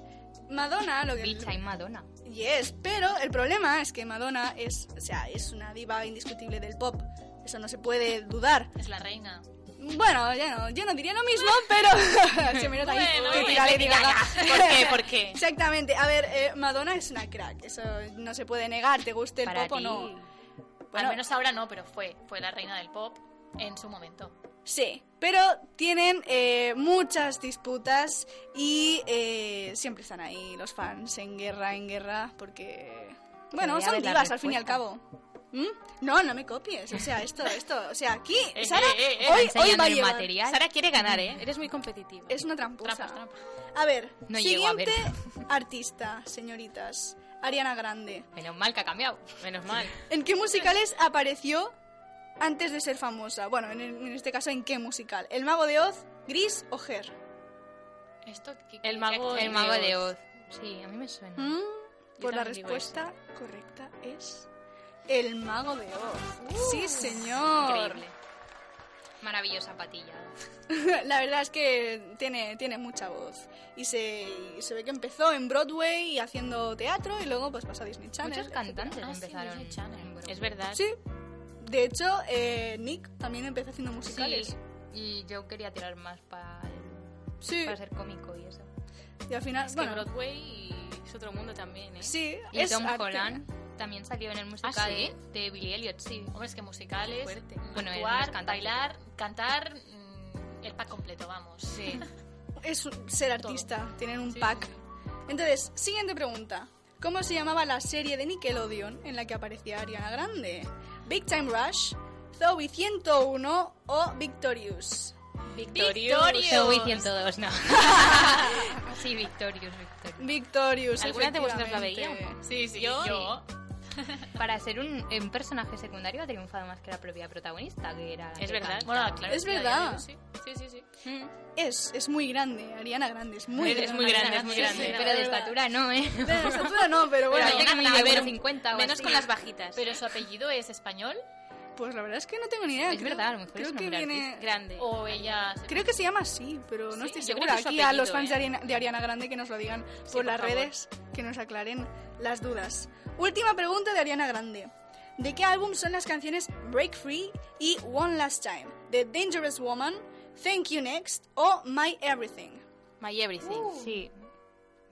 [SPEAKER 2] Madonna lo que
[SPEAKER 4] Bicha y Madonna.
[SPEAKER 2] Yes, pero el problema es que Madonna es, o sea, es una diva indiscutible del pop, Eso no se puede dudar.
[SPEAKER 1] Es la reina.
[SPEAKER 2] Bueno, ya no, yo no diría lo mismo, pero se me nota ahí
[SPEAKER 1] Bueno,
[SPEAKER 2] que
[SPEAKER 1] bueno,
[SPEAKER 2] tira Lady Gaga.
[SPEAKER 3] ¿Por qué? ¿Por qué?
[SPEAKER 2] Exactamente. A ver, eh, Madonna es una crack, eso no se puede negar, te guste el
[SPEAKER 4] Para
[SPEAKER 2] pop o
[SPEAKER 4] ti.
[SPEAKER 2] no.
[SPEAKER 1] Al
[SPEAKER 2] Bueno.
[SPEAKER 1] menos ahora no, pero fue. Fue la reina del pop en su momento.
[SPEAKER 2] Sí, pero tienen eh, muchas disputas y eh, siempre están ahí los fans en guerra, en guerra, porque... Bueno,
[SPEAKER 4] Debería
[SPEAKER 2] son
[SPEAKER 4] haber la
[SPEAKER 2] divas al fin y al cabo.
[SPEAKER 4] respuesta.
[SPEAKER 2] ¿Mm? No, no me copies, o sea, esto, esto, o sea, aquí,
[SPEAKER 1] Eh,
[SPEAKER 2] Sara,
[SPEAKER 1] eh, eh, eh,
[SPEAKER 2] hoy, hoy
[SPEAKER 4] Enseñando
[SPEAKER 2] va a
[SPEAKER 4] el
[SPEAKER 2] llevar-
[SPEAKER 4] material.
[SPEAKER 3] Sara quiere ganar, ¿eh? Eres muy competitiva.
[SPEAKER 2] Es una tramposa.
[SPEAKER 1] Trampas, trampas.
[SPEAKER 2] A ver,
[SPEAKER 4] No llego a
[SPEAKER 2] siguiente artista, señoritas, Ariana Grande.
[SPEAKER 4] Menos mal que ha cambiado.
[SPEAKER 3] Menos mal.
[SPEAKER 2] ¿En qué musicales apareció antes de ser famosa? Bueno, en, en este caso, ¿en qué musical? ¿El Mago de Oz, Gris o Her?
[SPEAKER 1] Esto, ¿qué-
[SPEAKER 3] El
[SPEAKER 1] qué
[SPEAKER 3] mago-
[SPEAKER 1] actriz?
[SPEAKER 4] El mago de Oz. Sí, a mí me suena.
[SPEAKER 2] Mm, Pues la
[SPEAKER 3] también digo
[SPEAKER 2] respuesta correcta es el mago de Oz. sí, señor.
[SPEAKER 1] Increíble.
[SPEAKER 4] Maravillosa patilla.
[SPEAKER 2] La verdad es que tiene, tiene mucha voz. Y se, y se ve que empezó en Broadway y haciendo teatro y luego pues pasó a Disney Channel.
[SPEAKER 4] Muchos cantantes
[SPEAKER 1] Ah, sí,
[SPEAKER 4] empezaron.
[SPEAKER 1] Disney Channel.
[SPEAKER 4] en Broadway.
[SPEAKER 3] Es verdad.
[SPEAKER 2] Sí. De hecho, eh, Nick también empezó haciendo musicales.
[SPEAKER 4] Sí, y yo quería tirar más para
[SPEAKER 2] Sí.
[SPEAKER 4] para ser cómico y eso.
[SPEAKER 2] Y al final,
[SPEAKER 3] Es que
[SPEAKER 2] bueno,
[SPEAKER 3] Broadway y es otro mundo también, ¿eh?
[SPEAKER 2] sí,
[SPEAKER 4] Y
[SPEAKER 2] es
[SPEAKER 4] Tom
[SPEAKER 2] arte.
[SPEAKER 4] Holland también salió en el musical
[SPEAKER 1] ¿Ah, sí?
[SPEAKER 4] de, de Billy Elliot, sí.
[SPEAKER 1] Hombre, es que musicales,
[SPEAKER 3] Fuerte.
[SPEAKER 4] Bueno, él no es
[SPEAKER 1] actuar,
[SPEAKER 4] cantante.
[SPEAKER 1] bailar, cantar, mm, el pack completo, vamos.
[SPEAKER 3] Sí.
[SPEAKER 2] Es un- ser artista, tienen un pack. Entonces, siguiente pregunta. ¿Cómo se llamaba la serie de Nickelodeon en la que aparecía Ariana Grande? Big Time Rush, Zoey 101 o Victorious.
[SPEAKER 3] Victorious.
[SPEAKER 4] Zoey 102, no. sí, Victorious, Victorious.
[SPEAKER 2] Victorious.
[SPEAKER 3] ¿Alguna de vosotras la
[SPEAKER 2] efectivamente.
[SPEAKER 3] veía?
[SPEAKER 1] Sí, sí,
[SPEAKER 3] Yo
[SPEAKER 1] yo.
[SPEAKER 4] Para ser un, un personaje secundario ha triunfado más que la propia protagonista, que era...
[SPEAKER 3] Es
[SPEAKER 4] la que
[SPEAKER 3] verdad.
[SPEAKER 4] canta.
[SPEAKER 1] Bueno, claro.
[SPEAKER 2] Es
[SPEAKER 1] que la
[SPEAKER 2] verdad.
[SPEAKER 1] digo, Sí, sí, sí. sí.
[SPEAKER 3] Mm.
[SPEAKER 2] Es, es muy grande, Ariana Grande, es muy
[SPEAKER 3] Es- es
[SPEAKER 2] grande.
[SPEAKER 3] muy grande, es muy
[SPEAKER 4] Sí,
[SPEAKER 3] grande.
[SPEAKER 4] sí, pero de
[SPEAKER 2] verdad. Uh.
[SPEAKER 4] estatura no, ¿eh?
[SPEAKER 2] De estatura no, pero
[SPEAKER 4] Pero
[SPEAKER 2] bueno.
[SPEAKER 4] hay que medir
[SPEAKER 3] a ver,
[SPEAKER 4] 1,50 o
[SPEAKER 3] menos
[SPEAKER 4] así.
[SPEAKER 3] con las bajitas.
[SPEAKER 1] Pero su apellido es español
[SPEAKER 2] Pues la verdad es que no tengo ni idea.
[SPEAKER 4] Es verdad, a lo mejor
[SPEAKER 2] creo
[SPEAKER 4] es un
[SPEAKER 2] que
[SPEAKER 4] nombre
[SPEAKER 2] viene,
[SPEAKER 3] grande.
[SPEAKER 1] o ella. se-
[SPEAKER 2] Creo que se llama así, pero no
[SPEAKER 3] Sí,
[SPEAKER 2] estoy
[SPEAKER 3] yo creo
[SPEAKER 2] segura.
[SPEAKER 3] que es su
[SPEAKER 2] Aquí a los
[SPEAKER 3] apellido,
[SPEAKER 2] fans de,
[SPEAKER 3] ¿eh?
[SPEAKER 2] Ariana, de Ariana Grande que nos lo digan por,
[SPEAKER 3] por
[SPEAKER 2] las
[SPEAKER 3] favor.
[SPEAKER 2] redes, que nos aclaren las dudas. Última pregunta de Ariana Grande. ¿De qué álbum son las canciones Break Free y One Last Time? ¿De Dangerous Woman, Thank You Next o My Everything?
[SPEAKER 3] My everything.
[SPEAKER 4] Sí.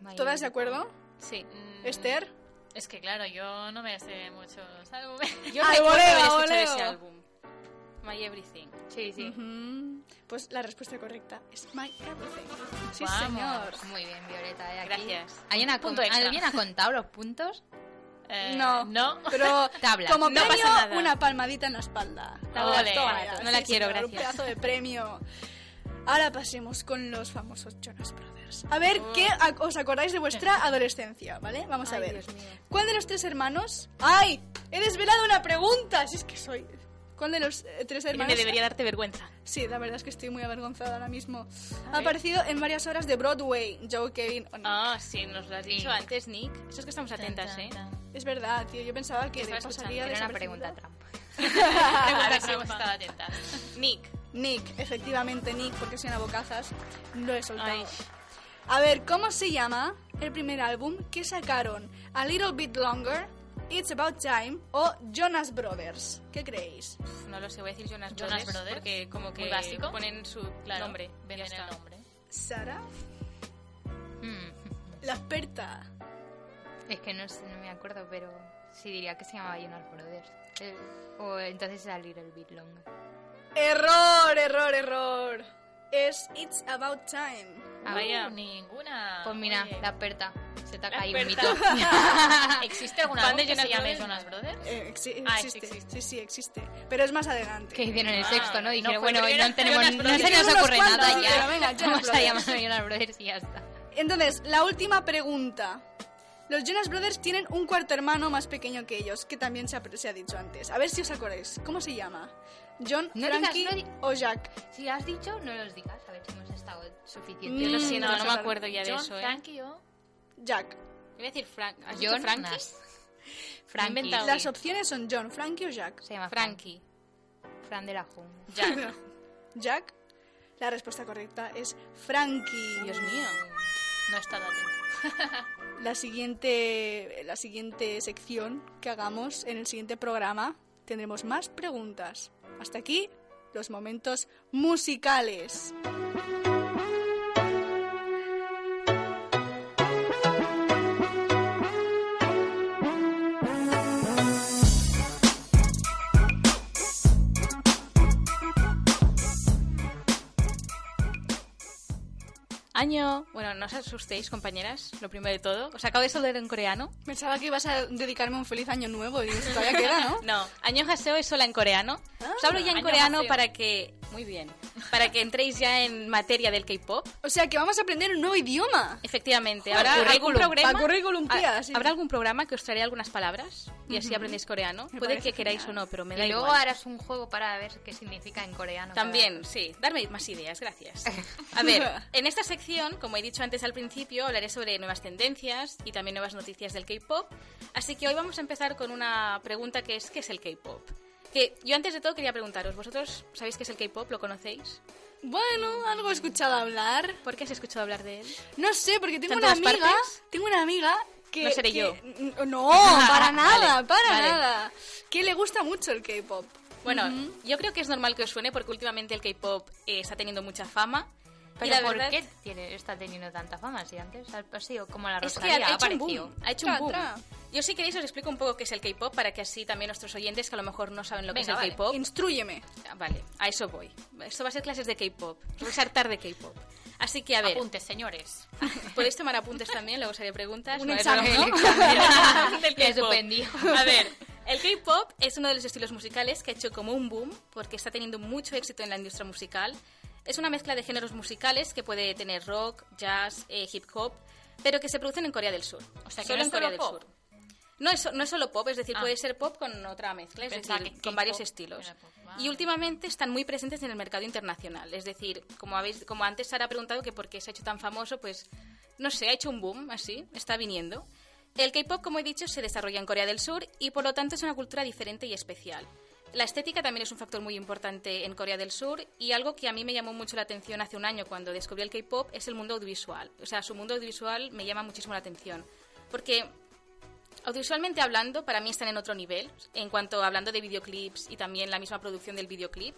[SPEAKER 4] My-
[SPEAKER 2] ¿Todas de acuerdo?
[SPEAKER 3] Sí.
[SPEAKER 1] Mm,
[SPEAKER 2] ¿Esther?
[SPEAKER 1] Es que claro, yo no me sé muchos álbumes.
[SPEAKER 3] Yo
[SPEAKER 2] Al voleo,
[SPEAKER 3] recuerdo haber
[SPEAKER 2] al
[SPEAKER 3] escuchado
[SPEAKER 2] voleo.
[SPEAKER 3] ese álbum. My everything.
[SPEAKER 4] Sí, sí.
[SPEAKER 2] Mm, Pues la respuesta correcta es My Everything. Sí,
[SPEAKER 1] Vamos.
[SPEAKER 2] señor.
[SPEAKER 4] Muy bien, Violeta. eh, aquí-
[SPEAKER 3] Gracias.
[SPEAKER 4] ¿Alguien ha,
[SPEAKER 1] Punto
[SPEAKER 4] con-
[SPEAKER 1] extra.
[SPEAKER 4] ¿Alguien ha contado los puntos?
[SPEAKER 1] Eh,
[SPEAKER 2] No.
[SPEAKER 1] No.
[SPEAKER 2] Pero
[SPEAKER 4] Tablas.
[SPEAKER 2] como
[SPEAKER 3] No
[SPEAKER 2] premio,
[SPEAKER 3] pasa nada.
[SPEAKER 2] una palmadita en la espalda.
[SPEAKER 1] Tablas, Ole. toma,
[SPEAKER 2] Vaya,
[SPEAKER 3] no la
[SPEAKER 2] sí,
[SPEAKER 3] quiero,
[SPEAKER 2] señor, Un
[SPEAKER 3] gracias.
[SPEAKER 2] pedazo de premio. Ahora pasemos con los famosos Jonas Brothers. A ver, ¿qué a- os acordáis de vuestra adolescencia? ¿Vale? Vamos a
[SPEAKER 3] Oh. Ay,
[SPEAKER 2] ver.
[SPEAKER 3] Dios mío.
[SPEAKER 2] ¿Cuál de los tres hermanos? ¡Ay! He desvelado una pregunta. Si es que soy... ¿Cuál de los eh, tres hermanos?
[SPEAKER 3] Me debería darte vergüenza.
[SPEAKER 2] Sí, la verdad es que estoy muy avergonzada ahora mismo. Ha aparecido en varias horas de Broadway, Joe, Kevin Oh, o Nick.
[SPEAKER 3] Ah, sí, nos lo has dicho antes, Nick. Eso es que estamos atentas, ¿eh?
[SPEAKER 2] Es verdad, tío. Yo pensaba que
[SPEAKER 3] Estaba
[SPEAKER 2] de-
[SPEAKER 3] escuchando,
[SPEAKER 2] pasaría
[SPEAKER 4] Era una pregunta
[SPEAKER 2] desapercibida.
[SPEAKER 4] trampa.
[SPEAKER 1] Ahora sí hemos estado atentas.
[SPEAKER 3] Nick.
[SPEAKER 2] Nick, efectivamente Nick, porque soy una bocazas, lo he soltado.
[SPEAKER 3] Ay.
[SPEAKER 2] A ver, ¿cómo se llama el primer álbum que sacaron? A Little Bit Longer, It's About Time o Jonas Brothers. ¿Qué creéis?
[SPEAKER 3] Pff, No lo sé, voy a decir Jonas Brothers.
[SPEAKER 1] Jonas Brothers.
[SPEAKER 3] Porque como que
[SPEAKER 1] Muy básico.
[SPEAKER 3] ponen su
[SPEAKER 1] Claro.
[SPEAKER 3] nombre. ya
[SPEAKER 1] Venden
[SPEAKER 3] está.
[SPEAKER 1] el nombre.
[SPEAKER 2] Sara,
[SPEAKER 4] Mm,
[SPEAKER 2] la experta.
[SPEAKER 4] Es que no, sé, no me acuerdo, pero sí diría que se llamaba Jonas Brothers. Eh, o entonces era Little Bit Long.
[SPEAKER 2] Error, error, error. Es It's About Time.
[SPEAKER 4] Ah,
[SPEAKER 1] Uh, ninguna.
[SPEAKER 4] Pues mira,
[SPEAKER 1] Oye.
[SPEAKER 4] la perta. Se te ha
[SPEAKER 3] La
[SPEAKER 4] caído un mito.
[SPEAKER 3] experta.
[SPEAKER 1] ¿existe alguna
[SPEAKER 3] Fan de
[SPEAKER 1] álbum que se
[SPEAKER 3] Jonas
[SPEAKER 1] llame
[SPEAKER 3] Brothers,
[SPEAKER 1] Jonas
[SPEAKER 3] no.
[SPEAKER 1] Brothers?
[SPEAKER 2] Eh, exi-
[SPEAKER 1] Ah,
[SPEAKER 2] existe.
[SPEAKER 1] existe.
[SPEAKER 2] Sí, sí, existe. Pero es más adelante.
[SPEAKER 4] que hicieron el
[SPEAKER 1] Ah,
[SPEAKER 4] sexto, ¿no?
[SPEAKER 1] no
[SPEAKER 4] Dijeron,
[SPEAKER 1] fue
[SPEAKER 4] bueno,
[SPEAKER 1] primero,
[SPEAKER 4] no tenemos,
[SPEAKER 1] Jonas
[SPEAKER 4] no
[SPEAKER 1] Brothers.
[SPEAKER 4] se nos
[SPEAKER 2] Tienen unos
[SPEAKER 4] ocurre nada
[SPEAKER 2] cuantos,
[SPEAKER 4] ya.
[SPEAKER 2] pero venga, Jonas
[SPEAKER 4] Vamos a
[SPEAKER 2] Brothers.
[SPEAKER 4] llamar a Jonas Brothers y ya está.
[SPEAKER 2] Entonces, la última pregunta. Los Jonas Brothers tienen un cuarto hermano más pequeño que ellos, que también se ha, se ha dicho antes. A ver si os acordáis. ¿Cómo se llama? ¿John,
[SPEAKER 4] No digas,
[SPEAKER 2] Frankie
[SPEAKER 4] no di-
[SPEAKER 2] o Jack?
[SPEAKER 4] Si has dicho, no los digas. A ver si hemos estado suficientes.
[SPEAKER 3] Yo lo
[SPEAKER 2] Mm,
[SPEAKER 3] siento,
[SPEAKER 2] no,
[SPEAKER 3] no,
[SPEAKER 2] no,
[SPEAKER 3] me
[SPEAKER 2] no.
[SPEAKER 3] acuerdo ya de
[SPEAKER 1] John,
[SPEAKER 3] eso, ¿eh?
[SPEAKER 1] Frankie o.
[SPEAKER 2] Jack.
[SPEAKER 3] Voy a decir Frank. ¿Has dicho
[SPEAKER 4] John
[SPEAKER 3] Frankie?
[SPEAKER 4] Frankie.
[SPEAKER 3] Me he inventado.
[SPEAKER 2] Las
[SPEAKER 3] Sí.
[SPEAKER 2] opciones son John, Frankie o Jack.
[SPEAKER 4] Se llama Frankie.
[SPEAKER 3] Frankie.
[SPEAKER 4] Fran de la jungla.
[SPEAKER 3] Jack.
[SPEAKER 2] Jack. La respuesta correcta es Frankie.
[SPEAKER 3] Dios mío.
[SPEAKER 1] No he estado atenta.
[SPEAKER 2] La siguiente, la siguiente sección que hagamos en el siguiente programa tendremos más preguntas. Hasta aquí los momentos musicales.
[SPEAKER 3] Año. Bueno, no os asustéis, compañeras, lo primero de todo. Os acabo de saludar en coreano.
[SPEAKER 2] Pensaba que ibas a dedicarme un feliz año nuevo y esto todavía queda, ¿no?
[SPEAKER 3] No, Ah, año haseo es sola en coreano. Os hablo ya en coreano
[SPEAKER 1] annyeonghaseyo.
[SPEAKER 3] para que. Muy bien. Para que entréis ya en materia del K-pop.
[SPEAKER 2] O sea que vamos a aprender un nuevo idioma.
[SPEAKER 3] Efectivamente,
[SPEAKER 2] Joder,
[SPEAKER 3] habrá algún
[SPEAKER 2] currículum,
[SPEAKER 3] programa.
[SPEAKER 2] pa' currículum, tía,
[SPEAKER 3] ha-
[SPEAKER 2] sí.
[SPEAKER 3] Habrá algún programa que os traeré algunas palabras y así aprendéis coreano.
[SPEAKER 2] Me
[SPEAKER 3] Puede
[SPEAKER 2] parece
[SPEAKER 3] que queráis o no, pero me da
[SPEAKER 4] Y luego
[SPEAKER 3] igual.
[SPEAKER 4] harás un juego para ver qué significa en coreano. cada-
[SPEAKER 3] También, sí. Darme más ideas, gracias. A ver, en esta sección, como he dicho antes al principio, hablaré sobre nuevas tendencias y también nuevas noticias del K-pop. Así que hoy vamos a empezar con una pregunta que es ¿qué es el K-pop? Que yo antes de todo quería preguntaros, ¿vosotros sabéis qué es el K-pop? ¿Lo conocéis?
[SPEAKER 2] Bueno, algo he escuchado hablar.
[SPEAKER 3] ¿Por qué has escuchado hablar de él?
[SPEAKER 2] No sé, porque tengo
[SPEAKER 3] ¿Están
[SPEAKER 2] una
[SPEAKER 3] todas
[SPEAKER 2] amiga.
[SPEAKER 3] partes?
[SPEAKER 2] Tengo una amiga que.
[SPEAKER 3] No seré
[SPEAKER 2] que-
[SPEAKER 3] yo.
[SPEAKER 2] N- No, para nada,
[SPEAKER 3] Vale,
[SPEAKER 2] para
[SPEAKER 3] vale.
[SPEAKER 2] nada. Que le gusta mucho el K-pop.
[SPEAKER 3] Bueno, yo creo que es normal que os suene porque últimamente el K-pop eh, está teniendo mucha fama. y
[SPEAKER 4] Pero
[SPEAKER 3] la
[SPEAKER 4] ¿por
[SPEAKER 3] verdad
[SPEAKER 4] qué tiene, está teniendo tanta fama? Si antes ha ha sido como la
[SPEAKER 3] es que
[SPEAKER 4] Rosalía,
[SPEAKER 3] ha, ha
[SPEAKER 4] ha
[SPEAKER 3] hecho un
[SPEAKER 4] aparecido.
[SPEAKER 3] boom. Ha hecho
[SPEAKER 2] Tra,
[SPEAKER 3] un boom.
[SPEAKER 2] tra.
[SPEAKER 3] Yo si queréis os explico un poco qué es el K-pop para que así también nuestros oyentes que a lo mejor no saben lo que es
[SPEAKER 4] Venga,
[SPEAKER 3] el
[SPEAKER 4] vale.
[SPEAKER 3] K-pop.
[SPEAKER 2] Instrúyeme.
[SPEAKER 3] Ah, Vale, a eso voy. Esto va a ser clases de K-pop. Os vais a hartar de K-pop. Así que a ver,
[SPEAKER 1] Apuntes, señores.
[SPEAKER 3] podéis tomar apuntes también, luego os haré preguntas.
[SPEAKER 4] Un
[SPEAKER 3] No, es
[SPEAKER 4] examen,
[SPEAKER 3] broma, ¿no?
[SPEAKER 4] un examen.
[SPEAKER 3] Del
[SPEAKER 4] Me
[SPEAKER 3] K-pop.
[SPEAKER 4] suspendí.
[SPEAKER 3] A ver, el K-pop es uno de los estilos musicales que ha hecho como un boom porque está teniendo mucho éxito en la industria musical. Es una mezcla de géneros musicales que puede tener rock, jazz, eh, hip hop, pero que se producen en Corea del Sur.
[SPEAKER 1] O sea, que
[SPEAKER 3] solo
[SPEAKER 1] no es
[SPEAKER 3] en
[SPEAKER 1] solo
[SPEAKER 3] Corea del
[SPEAKER 1] pop.
[SPEAKER 3] Sur. No es, so- no es solo pop, es decir,
[SPEAKER 1] Ah.
[SPEAKER 3] puede ser pop con otra mezcla, es
[SPEAKER 1] Pensaba
[SPEAKER 3] decir,
[SPEAKER 1] que
[SPEAKER 3] con
[SPEAKER 1] K-pop
[SPEAKER 3] varios estilos.
[SPEAKER 1] era pop. Ah.
[SPEAKER 3] Y
[SPEAKER 1] Vale.
[SPEAKER 3] últimamente están muy presentes en el mercado internacional, es decir, como habéis como antes Sara ha preguntado que por qué se ha hecho tan famoso, pues no sé, ha hecho un boom así, está viniendo. El K-pop, como he dicho, se desarrolla en Corea del Sur y por lo tanto es una cultura diferente y especial. La estética también es un factor muy importante en Corea del Sur y algo que a mí me llamó mucho la atención hace un año cuando descubrí el K-pop es el mundo audiovisual. O sea, su mundo audiovisual me llama muchísimo la atención. Porque Audiovisualmente hablando, para mí están en otro nivel, en cuanto hablando de videoclips y también la misma producción del videoclip.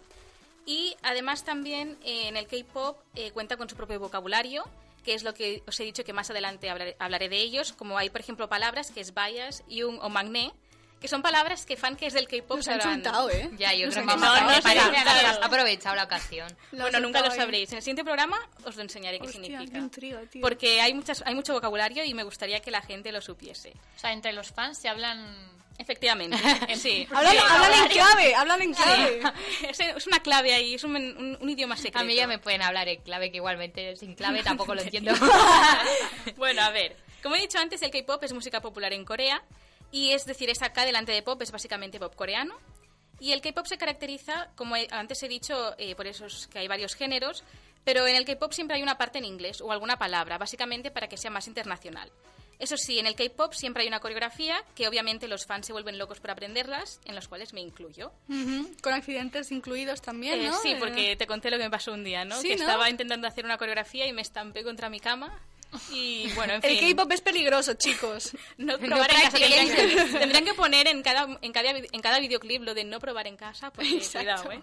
[SPEAKER 3] Y además también eh, en el K-Pop eh, cuenta con su propio vocabulario, que es lo que os he dicho que más adelante hablaré, hablaré de ellos, como hay, por ejemplo, palabras que es bias, yung o magné, que son palabras que fan que es del K-Pop
[SPEAKER 2] Nos ha
[SPEAKER 3] sabrán.
[SPEAKER 2] insultado, ¿eh?
[SPEAKER 4] Ya, yo
[SPEAKER 2] Nos
[SPEAKER 4] creo
[SPEAKER 2] ha
[SPEAKER 4] que
[SPEAKER 2] insultado.
[SPEAKER 4] me
[SPEAKER 3] no,
[SPEAKER 4] parece
[SPEAKER 3] no,
[SPEAKER 4] que
[SPEAKER 3] no.
[SPEAKER 4] has aprovechado la ocasión.
[SPEAKER 2] Lo
[SPEAKER 3] bueno,
[SPEAKER 2] has
[SPEAKER 3] nunca lo
[SPEAKER 2] soltado ahí.
[SPEAKER 3] sabréis. En el siguiente programa os lo enseñaré qué
[SPEAKER 2] Hostia,
[SPEAKER 3] significa.
[SPEAKER 2] qué intriga, tío.
[SPEAKER 3] Porque hay, muchas, hay mucho vocabulario y me gustaría que la gente lo supiese.
[SPEAKER 1] O sea, entre los fans se hablan...
[SPEAKER 3] Efectivamente, sí.
[SPEAKER 2] Hablan,
[SPEAKER 3] Sí.
[SPEAKER 2] hablan en clave, hablan en clave.
[SPEAKER 3] es, es una clave ahí, es un, un- un idioma secreto.
[SPEAKER 4] A mí ya me pueden hablar en clave, que igualmente sin clave tampoco lo entiendo.
[SPEAKER 3] Bueno, a ver. Como he dicho antes, el K-pop es música popular en Corea. Y es decir, es acá delante de pop, es básicamente pop coreano. Y el K-pop se caracteriza, como he- antes he dicho, eh, por eso es que hay varios géneros. Pero en el K-pop siempre hay una parte en inglés o alguna palabra, básicamente para que sea más internacional. Eso sí, en el K-pop siempre hay una coreografía que obviamente los fans se vuelven locos por aprenderlas, en los cuales me incluyo.
[SPEAKER 2] Ujú, Con accidentes incluidos también,
[SPEAKER 3] Eh,
[SPEAKER 2] ¿no?
[SPEAKER 3] sí,
[SPEAKER 2] Eh,
[SPEAKER 3] porque te conté lo que me pasó un día, ¿no?
[SPEAKER 2] Sí,
[SPEAKER 3] que
[SPEAKER 2] ¿no?
[SPEAKER 3] estaba intentando hacer una coreografía y me estampé contra mi cama. Y bueno, en
[SPEAKER 2] El
[SPEAKER 3] fin.
[SPEAKER 2] K-pop es peligroso, chicos.
[SPEAKER 3] No probar en casa. Tendrían
[SPEAKER 4] practiquen.
[SPEAKER 3] que, tendrían que poner en cada, en, cada, vi- en cada videoclip lo de no probar en casa, porque
[SPEAKER 2] Exacto.
[SPEAKER 3] cuidado, ¿eh?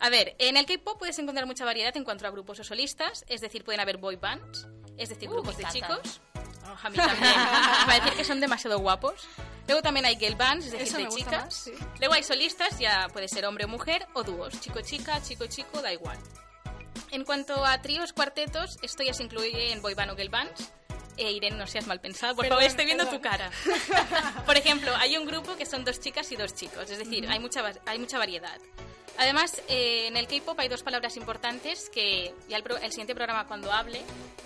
[SPEAKER 3] A ver, en el K-pop puedes encontrar mucha variedad en cuanto a grupos o solistas, es decir, pueden haber boy bands, es decir,
[SPEAKER 4] Uh,
[SPEAKER 3] grupos
[SPEAKER 4] me
[SPEAKER 3] de
[SPEAKER 4] encantan.
[SPEAKER 3] chicos. Oh, a mí también. Para decir que son demasiado guapos. Luego también hay girl bands, es decir,
[SPEAKER 2] Eso
[SPEAKER 3] de
[SPEAKER 2] me gusta
[SPEAKER 3] chicas.
[SPEAKER 2] más, sí.
[SPEAKER 3] Luego hay solistas, ya puede ser hombre o mujer, o dúos, chico-chica, chico-chico, da igual. En cuanto a tríos, cuartetos, esto ya se incluye en boy band o girl bands. Eh, Irene, no seas mal pensada, por favor,
[SPEAKER 2] Perdón,
[SPEAKER 3] estoy viendo
[SPEAKER 2] perdón.
[SPEAKER 3] tu cara. por ejemplo, hay un grupo que son dos chicas y dos chicos, es decir, hay, mucha, va- hay mucha variedad. Además, eh, en el K-pop hay dos palabras importantes que ya el, pro- el siguiente programa, cuando hable,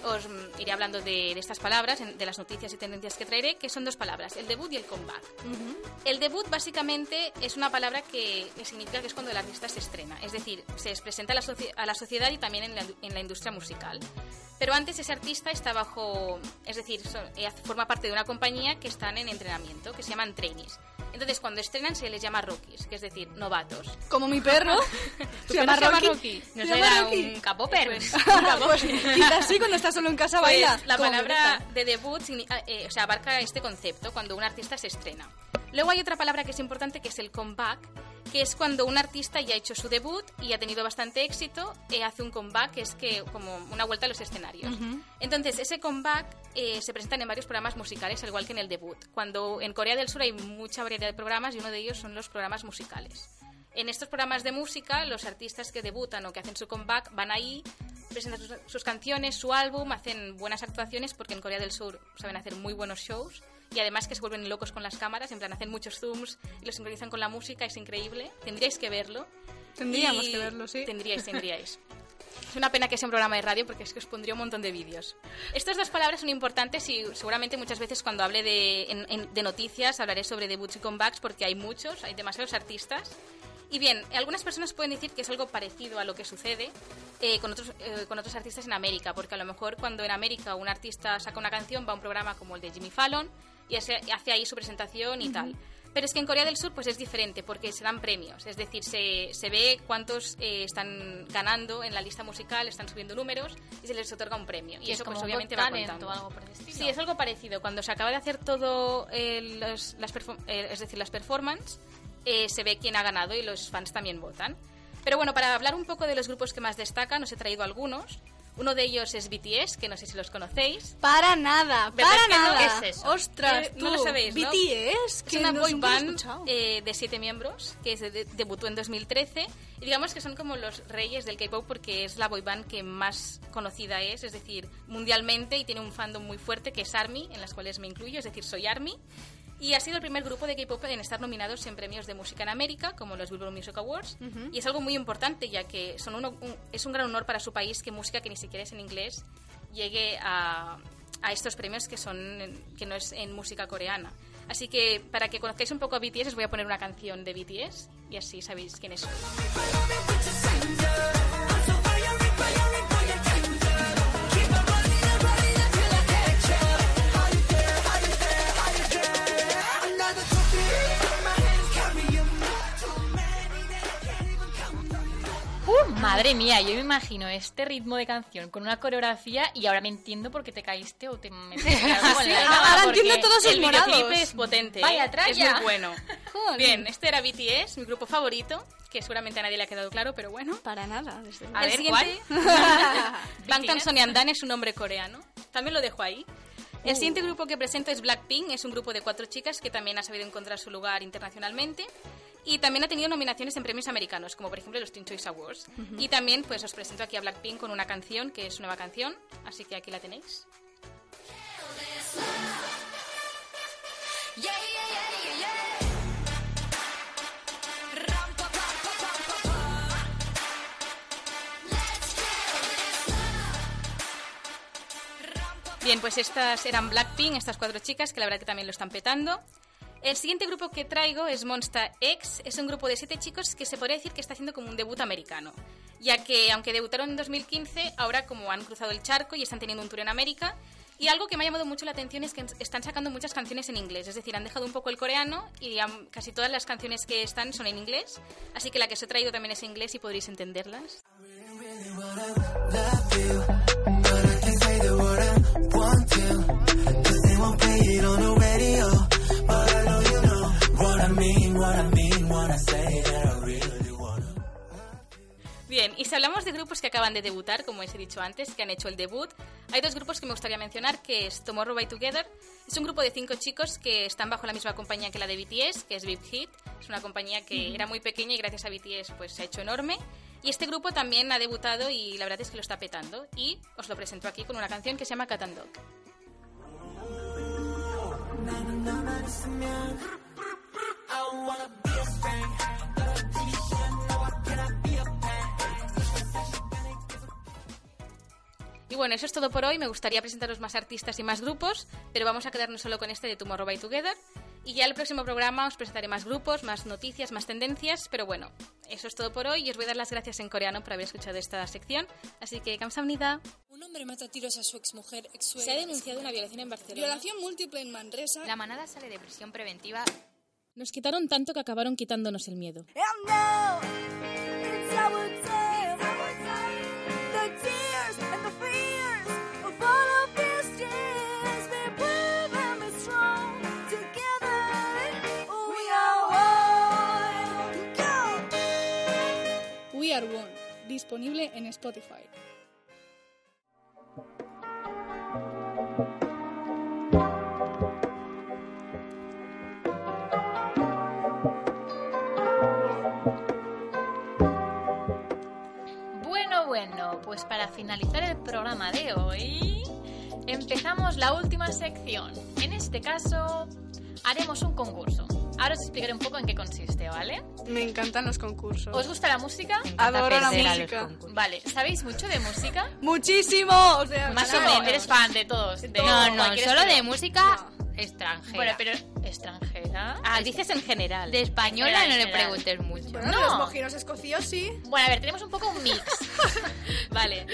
[SPEAKER 3] os mm, iré hablando de, de estas palabras, en- de las noticias y tendencias que traeré, que son dos palabras, el debut y el comeback. El debut básicamente es una palabra que, que significa que es cuando el artista se estrena, es decir, se les presenta a la, soci- a la sociedad y también en la, en la industria musical. Pero antes ese artista está bajo, es decir, so- eh, hace- forma parte de una compañía que están en entrenamiento, que se llaman trainees. Entonces cuando estrenan se les llama rookies, que es decir, novatos.
[SPEAKER 2] Como mi perro.
[SPEAKER 3] ¿Tu perro se llama Rocky?
[SPEAKER 4] No
[SPEAKER 2] Se
[SPEAKER 4] sé,
[SPEAKER 2] llama
[SPEAKER 4] era
[SPEAKER 2] Rocky.
[SPEAKER 4] un capoper.
[SPEAKER 2] Pues, quizás sí, cuando está solo en casa
[SPEAKER 3] Pues,
[SPEAKER 2] baila.
[SPEAKER 3] la
[SPEAKER 2] como
[SPEAKER 3] palabra
[SPEAKER 2] Greta.
[SPEAKER 3] de debut signi- ah, eh, o sea, abarca este concepto cuando un artista se estrena. Luego hay otra palabra que es importante que es el comeback, que es cuando un artista ya ha hecho su debut y ha tenido bastante éxito, eh, hace un comeback, que es que como una vuelta a los escenarios. Entonces, ese comeback eh, se presentan en varios programas musicales, al igual que en el debut. Cuando en Corea del Sur hay mucha variedad de programas y uno de ellos son los programas musicales. En estos programas de música, los artistas que debutan o que hacen su comeback van ahí, presentan sus, sus canciones, su álbum, hacen buenas actuaciones, porque en Corea del Sur saben hacer muy buenos shows y además que se vuelven locos con las cámaras, en plan hacen muchos zooms y los sincronizan con la música, es increíble. Tendríais que verlo.
[SPEAKER 2] Tendríamos
[SPEAKER 3] Y-
[SPEAKER 2] que verlo, sí.
[SPEAKER 3] Tendríais, tendríais. Es una pena que sea un programa de radio porque es que os pondría un montón de vídeos. Estas dos palabras son importantes y seguramente muchas veces cuando hable de, en- en- de noticias hablaré sobre debuts y comebacks porque hay muchos, hay demasiados artistas. Y bien, algunas personas pueden decir que es algo parecido a lo que sucede eh, con, otros, eh, con otros artistas en América, porque a lo mejor cuando en América un artista saca una canción va a un programa como el de Jimmy Fallon y hace, hace ahí su presentación y tal. Pero es que en Corea del Sur pues es diferente porque se dan premios, es decir, se, se ve cuántos eh, están ganando en la lista musical, están subiendo números y se les otorga un premio. Y
[SPEAKER 1] Que es
[SPEAKER 3] eso
[SPEAKER 1] como
[SPEAKER 3] pues
[SPEAKER 1] un
[SPEAKER 3] obviamente
[SPEAKER 1] Got
[SPEAKER 3] va
[SPEAKER 1] Talent
[SPEAKER 3] contando.
[SPEAKER 1] o algo por el estilo.
[SPEAKER 3] Sí, es algo parecido. Cuando se acaba de hacer todo, eh, los- las perfor- eh, es decir, las performances, se ve quién ha ganado y los fans también votan. Pero bueno, para hablar un poco de los grupos que más destacan, os he traído algunos. Uno de ellos es BTS, que no sé si los conocéis.
[SPEAKER 2] Para nada,
[SPEAKER 3] ¿Verdad
[SPEAKER 2] para
[SPEAKER 3] que no?
[SPEAKER 2] nada.
[SPEAKER 4] ¿Qué es eso?
[SPEAKER 2] Ostras,
[SPEAKER 3] Eh, no lo
[SPEAKER 2] tú,
[SPEAKER 3] sabéis, ¿no?
[SPEAKER 2] BTS,
[SPEAKER 3] Es
[SPEAKER 2] que
[SPEAKER 3] una
[SPEAKER 2] nos
[SPEAKER 3] boy
[SPEAKER 2] nunca lo he
[SPEAKER 3] band
[SPEAKER 2] escuchado.
[SPEAKER 3] eh, de siete miembros que se de- debutó en 2013 y digamos que son como los reyes del K-pop porque es la boy band que más conocida es, es decir, mundialmente y tiene un fandom muy fuerte que es ARMY, en las cuales me incluyo, es decir, soy ARMY. Y ha sido el primer grupo de K-pop en estar nominados en premios de música en América, como los Billboard Music Awards. Y es algo muy importante, ya que son uno- un- es un gran honor para su país que música que ni siquiera es en inglés llegue a, a estos premios que, son, en- que no es en música coreana. Así que para que conozcáis un poco a BTS, os voy a poner una canción de BTS y así sabéis quiénes son.
[SPEAKER 1] Uh, madre mía, yo me imagino este ritmo de canción con una coreografía y ahora me entiendo por qué te caíste o te metiste algo en la
[SPEAKER 2] Sí,
[SPEAKER 1] cama,
[SPEAKER 2] ahora
[SPEAKER 1] porque
[SPEAKER 2] entiendo todos sus
[SPEAKER 3] El
[SPEAKER 2] morados.
[SPEAKER 3] videoclip es potente, ¿eh?
[SPEAKER 1] Vaya
[SPEAKER 3] es
[SPEAKER 1] tralla.
[SPEAKER 3] muy bueno.
[SPEAKER 2] Jolín.
[SPEAKER 3] Bien, este era BTS, mi grupo favorito, que seguramente a nadie le ha quedado claro, pero bueno.
[SPEAKER 2] Para nada, desde luego.
[SPEAKER 3] A El ver, siguiente, Bangtan
[SPEAKER 1] BTS.
[SPEAKER 3] Sonyeondan es un nombre coreano. También lo dejo ahí. El siguiente grupo que presento es Blackpink, es un grupo de cuatro chicas que también ha sabido encontrar su lugar internacionalmente y también ha tenido nominaciones en premios americanos, como por ejemplo los Teen Choice Awards. Y también pues os presento aquí a Blackpink con una canción que es nueva canción, así que aquí la tenéis. Bien, pues estas eran Blackpink, estas cuatro chicas, que la verdad que también lo están petando. El siguiente grupo que traigo es Monster X. Es un grupo de siete chicos que se podría decir que está haciendo como un debut americano. Ya que, aunque debutaron en 2015, ahora como han cruzado el charco y están teniendo un tour en América. Y algo que me ha llamado mucho la atención es que ens- están sacando muchas canciones en inglés. Es decir, han dejado un poco el coreano y han- casi todas las canciones que están son en inglés. Así que la que os he traído también es en inglés y podréis entenderlas. Bien, y si hablamos de grupos que acaban de debutar, como os he dicho antes, que han hecho el debut, hay dos grupos que me gustaría mencionar, que es Tomorrow by Together. Es un grupo de cinco chicos que están bajo la misma compañía que la de BTS, que es Big Hit. Es una compañía que era muy pequeña y gracias a BTS pues, se ha hecho enorme. Y este grupo también ha debutado y la verdad es que lo está petando. Y os lo presento aquí con una canción que se llama Cat and Dog. Y bueno, eso es todo por hoy. Me gustaría presentaros más artistas y más grupos, pero vamos a quedarnos solo con este de Tomorrow by Together. Y ya el próximo programa os presentaré más grupos, más noticias, más tendencias. Pero bueno, eso es todo por hoy y os voy a dar las gracias en coreano por haber escuchado esta sección. Así que, 감사합니다.
[SPEAKER 7] Un hombre mata a tiros a su exmujer, ex
[SPEAKER 3] Se ha denunciado una violación en Barcelona.
[SPEAKER 2] Violación múltiple en Manresa.
[SPEAKER 4] La manada sale de prisión preventiva
[SPEAKER 3] Nos quitaron tanto que acabaron quitándonos el miedo.
[SPEAKER 5] Together, we are one. Go!
[SPEAKER 2] disponible en Spotify.
[SPEAKER 1] Bueno, bueno, pues para finalizar el programa de hoy, empezamos la última sección. En este caso, haremos un concurso. Ahora os explicaré un poco en qué consiste, ¿vale?
[SPEAKER 2] Me encantan los concursos.
[SPEAKER 1] ¿Os gusta la música?
[SPEAKER 2] Adoro la
[SPEAKER 4] Perder a los
[SPEAKER 2] música.
[SPEAKER 4] concursos.
[SPEAKER 1] Vale, ¿sabéis mucho de música?
[SPEAKER 2] Muchísimo. O sea,
[SPEAKER 1] Más o
[SPEAKER 2] claro.
[SPEAKER 1] menos, eres fan de todos. de
[SPEAKER 4] No, no,
[SPEAKER 1] cualquier
[SPEAKER 4] solo de
[SPEAKER 1] estilo.
[SPEAKER 4] música extranjera.
[SPEAKER 1] Bueno, pero extranjera.
[SPEAKER 3] Ah, dices en general.
[SPEAKER 4] De española no le
[SPEAKER 1] Extranjera.
[SPEAKER 4] preguntes mucho.
[SPEAKER 2] Bueno,
[SPEAKER 1] No.
[SPEAKER 2] los mojinos escocíos sí.
[SPEAKER 1] Bueno, a ver, tenemos un poco un mix.
[SPEAKER 3] Vale.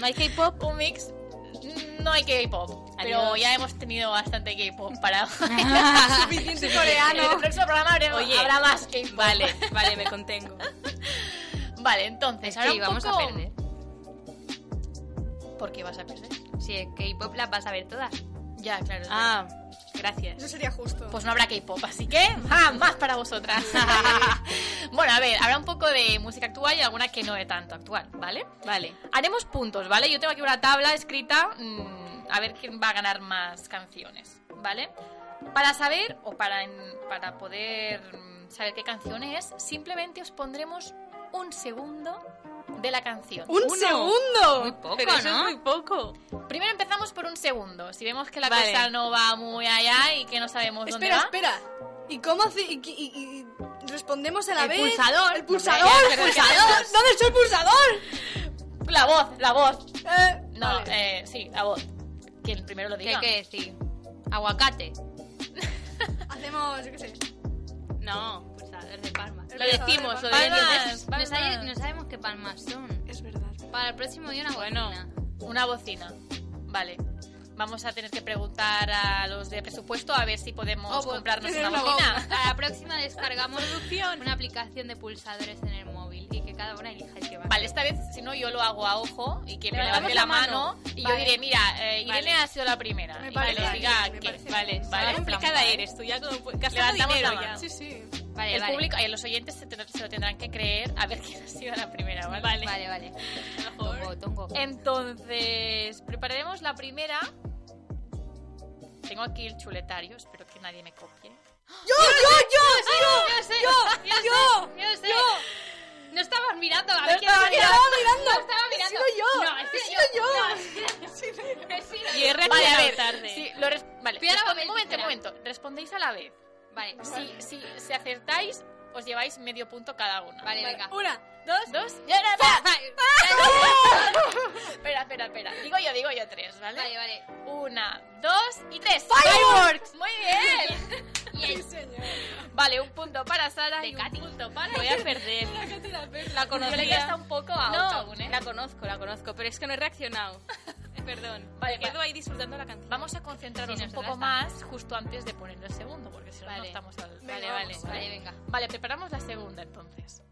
[SPEAKER 3] No hay K-pop.
[SPEAKER 1] un mix. No hay K-pop, pero
[SPEAKER 3] Adiós.
[SPEAKER 1] ya hemos tenido bastante K-pop para.
[SPEAKER 2] Suficiente
[SPEAKER 1] En el
[SPEAKER 2] coreano.
[SPEAKER 1] próximo programa habrá,
[SPEAKER 3] Oye.
[SPEAKER 1] habrá más K-pop.
[SPEAKER 3] Vale, vale, me contengo.
[SPEAKER 1] Vale, entonces,
[SPEAKER 4] Es
[SPEAKER 1] ahora
[SPEAKER 4] que
[SPEAKER 1] un
[SPEAKER 4] vamos
[SPEAKER 1] poco...
[SPEAKER 4] a perder.
[SPEAKER 1] ¿Por qué vas a perder?
[SPEAKER 4] Si es K-pop las vas a ver todas.
[SPEAKER 1] Ya, claro. es verdad.
[SPEAKER 3] Ah, gracias.
[SPEAKER 2] Eso sería justo.
[SPEAKER 1] Pues no habrá K-pop, así que ¡ah! más para vosotras. bueno, a ver, habrá un poco de música actual y alguna que no de tanto actual, ¿vale?
[SPEAKER 3] Vale.
[SPEAKER 1] Haremos puntos, ¿vale? Yo tengo aquí una tabla escrita mm, a ver quién va a ganar más canciones, ¿vale? Para saber o para, en- para poder mm, saber qué canción es, simplemente os pondremos un segundo de la canción.
[SPEAKER 2] ¡Un segundo!
[SPEAKER 4] Muy poco,
[SPEAKER 3] Pero eso
[SPEAKER 4] ¿no?
[SPEAKER 3] es muy poco.
[SPEAKER 1] Primero empezamos por un segundo. Si vemos que la
[SPEAKER 3] Vale.
[SPEAKER 1] cosa no va muy allá y que no sabemos dónde
[SPEAKER 2] espera,
[SPEAKER 1] va.
[SPEAKER 2] espera. ¿Y cómo hace? ¿Y, qui- y- y respondemos a la
[SPEAKER 1] El
[SPEAKER 2] vez?
[SPEAKER 1] pulsador.
[SPEAKER 2] El pulsador.
[SPEAKER 1] Ya,
[SPEAKER 2] el
[SPEAKER 1] pero ya
[SPEAKER 2] pulsador.
[SPEAKER 1] está.
[SPEAKER 2] ¿Dónde está el pulsador?
[SPEAKER 1] La voz, la voz.
[SPEAKER 2] Eh,
[SPEAKER 1] No,
[SPEAKER 2] vale.
[SPEAKER 1] eh, sí, la voz. Quien primero lo
[SPEAKER 4] ¿Qué
[SPEAKER 1] diga.
[SPEAKER 4] hay que decir? Aguacate.
[SPEAKER 2] Eh, Hacemos, yo qué sé.
[SPEAKER 4] No, pulsador de palmas.
[SPEAKER 2] el
[SPEAKER 3] Lo
[SPEAKER 2] pulsador,
[SPEAKER 3] decimos, lo
[SPEAKER 2] vale.
[SPEAKER 1] Palmas,
[SPEAKER 3] decimos.
[SPEAKER 4] No,
[SPEAKER 1] palmas.
[SPEAKER 4] sabe- no sabemos qué palmas son.
[SPEAKER 2] Es verdad.
[SPEAKER 4] Para el próximo día una
[SPEAKER 3] Bueno.
[SPEAKER 4] bocina.
[SPEAKER 1] Una bocina. Vale. Vamos a tener que preguntar a los de presupuesto a ver si podemos
[SPEAKER 4] Oh, bueno,
[SPEAKER 1] comprarnos
[SPEAKER 2] tener
[SPEAKER 1] una
[SPEAKER 2] una
[SPEAKER 1] bocina.
[SPEAKER 4] Para la próxima descargamos una aplicación de pulsadores en el móvil y que cada una elija el que va.
[SPEAKER 1] Vale, esta vez, si no, yo lo hago a ojo y que me
[SPEAKER 3] Levantamos
[SPEAKER 1] levante la
[SPEAKER 3] la
[SPEAKER 1] mano,
[SPEAKER 3] mano.
[SPEAKER 1] y
[SPEAKER 3] Vale.
[SPEAKER 1] yo diré, mira, eh, Irene
[SPEAKER 3] Vale.
[SPEAKER 1] ha sido la primera.
[SPEAKER 2] Me
[SPEAKER 1] y
[SPEAKER 2] parece
[SPEAKER 1] que le
[SPEAKER 2] bien,
[SPEAKER 1] diga
[SPEAKER 2] me
[SPEAKER 1] que-
[SPEAKER 2] parece
[SPEAKER 1] vale, vale,
[SPEAKER 2] bien.
[SPEAKER 3] Qué
[SPEAKER 1] en plan,
[SPEAKER 3] complicada
[SPEAKER 1] vale.
[SPEAKER 3] eres tú, ya como pu- gastando
[SPEAKER 1] Levantamos
[SPEAKER 3] dinero
[SPEAKER 1] la
[SPEAKER 3] ya.
[SPEAKER 1] mano.
[SPEAKER 2] Sí, sí.
[SPEAKER 4] Vale,
[SPEAKER 1] el
[SPEAKER 4] vale.
[SPEAKER 1] público, eh, los oyentes se, te- se lo tendrán que creer a ver quién ha sido la primera, ¿vale?
[SPEAKER 3] Vale.
[SPEAKER 4] Vale, vale.
[SPEAKER 3] Mejor.
[SPEAKER 4] Tongo, tongo. Eh,
[SPEAKER 1] Entonces, prepararemos la primera. Tengo aquí el chuletario, espero que nadie me copie.
[SPEAKER 2] ¡Yo, yo, yo!
[SPEAKER 4] yo, sé, yo, yo, sé, yo sé. No estabas mirando a ver quién
[SPEAKER 1] estaba
[SPEAKER 4] era.
[SPEAKER 1] mirando.
[SPEAKER 4] No estaba
[SPEAKER 2] ¡He
[SPEAKER 4] mirando.
[SPEAKER 2] sido yo!
[SPEAKER 4] No, he
[SPEAKER 2] ¡He
[SPEAKER 4] sido
[SPEAKER 2] sido yo!
[SPEAKER 4] yo. He sido
[SPEAKER 3] Y he
[SPEAKER 4] yo.
[SPEAKER 3] reaccionado tarde.
[SPEAKER 1] sí, lo res- vale,
[SPEAKER 4] Piedra,
[SPEAKER 1] responde-
[SPEAKER 4] papel,
[SPEAKER 1] un momento, un
[SPEAKER 4] tijera.
[SPEAKER 1] momento. Respondéis a la vez.
[SPEAKER 4] Vale,
[SPEAKER 1] Si, si, si acertáis, os lleváis medio punto cada uno.
[SPEAKER 4] vale, venga.
[SPEAKER 2] Una.
[SPEAKER 1] Dos, dos. Ya, ya, ya. Espera, espera, espera. Digo yo, digo yo tres, ¿vale?
[SPEAKER 4] Vale, vale.
[SPEAKER 1] Una, dos y tres.
[SPEAKER 2] Fireworks.
[SPEAKER 1] Muy bien.
[SPEAKER 2] Sí, señor.
[SPEAKER 1] Vale, un punto para Sara
[SPEAKER 4] De
[SPEAKER 1] y
[SPEAKER 4] Katy.
[SPEAKER 1] un punto para.
[SPEAKER 3] Voy a perder. La
[SPEAKER 1] Yo le he
[SPEAKER 3] conocía.
[SPEAKER 1] gastado un poco a
[SPEAKER 3] No,
[SPEAKER 1] Otto aún, ¿eh?
[SPEAKER 3] la conozco, la conozco, pero es que no he reaccionado. Perdón.
[SPEAKER 1] Vale,
[SPEAKER 3] me quedo
[SPEAKER 1] va.
[SPEAKER 3] ahí disfrutando la canción.
[SPEAKER 1] Vamos a concentrarnos
[SPEAKER 4] Sí,
[SPEAKER 1] un
[SPEAKER 4] nosotras
[SPEAKER 1] poco más justo antes de poner el segundo, porque si no, no
[SPEAKER 4] Vale.
[SPEAKER 1] estamos al.
[SPEAKER 2] Venga,
[SPEAKER 4] Vale, Eh, vale,
[SPEAKER 2] vamos,
[SPEAKER 4] vale, venga.
[SPEAKER 1] Vale, preparamos la segunda entonces.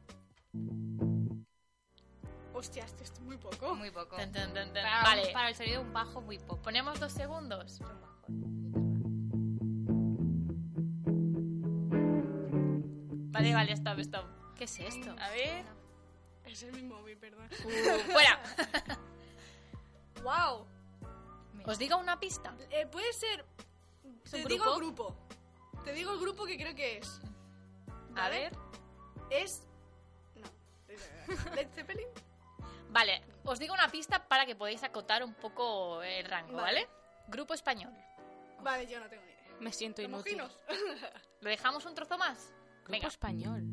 [SPEAKER 2] Hostia, esto es muy poco.
[SPEAKER 4] Muy poco.
[SPEAKER 1] Tan, tan, tan, tan.
[SPEAKER 4] Para,
[SPEAKER 1] Vale,
[SPEAKER 4] para el sonido de un bajo muy poco.
[SPEAKER 1] ponemos dos segundos. Vale, vale, stop, stop.
[SPEAKER 4] ¿Qué es esto?
[SPEAKER 1] A ver.
[SPEAKER 2] Es el mismo móvil, perdón.
[SPEAKER 1] ¡Fuera!
[SPEAKER 2] ¡Wow!
[SPEAKER 1] Os digo una pista.
[SPEAKER 2] Eh, puede ser.
[SPEAKER 3] ¿Es
[SPEAKER 2] Te
[SPEAKER 3] un
[SPEAKER 2] digo el grupo. Te digo el grupo que creo que es.
[SPEAKER 1] A
[SPEAKER 2] ¿Vale?
[SPEAKER 1] ver.
[SPEAKER 2] Es. No. ¿Led Zeppelin?
[SPEAKER 1] Vale, os digo una pista para que podáis acotar un poco el rango, ¿vale?
[SPEAKER 2] Vale.
[SPEAKER 1] Grupo español.
[SPEAKER 2] Vale, yo no tengo ni idea.
[SPEAKER 3] Me siento
[SPEAKER 2] Los
[SPEAKER 3] inútil.
[SPEAKER 2] mojinos.
[SPEAKER 1] ¿Lo dejamos un trozo más?
[SPEAKER 3] Grupo
[SPEAKER 1] Venga.
[SPEAKER 3] español.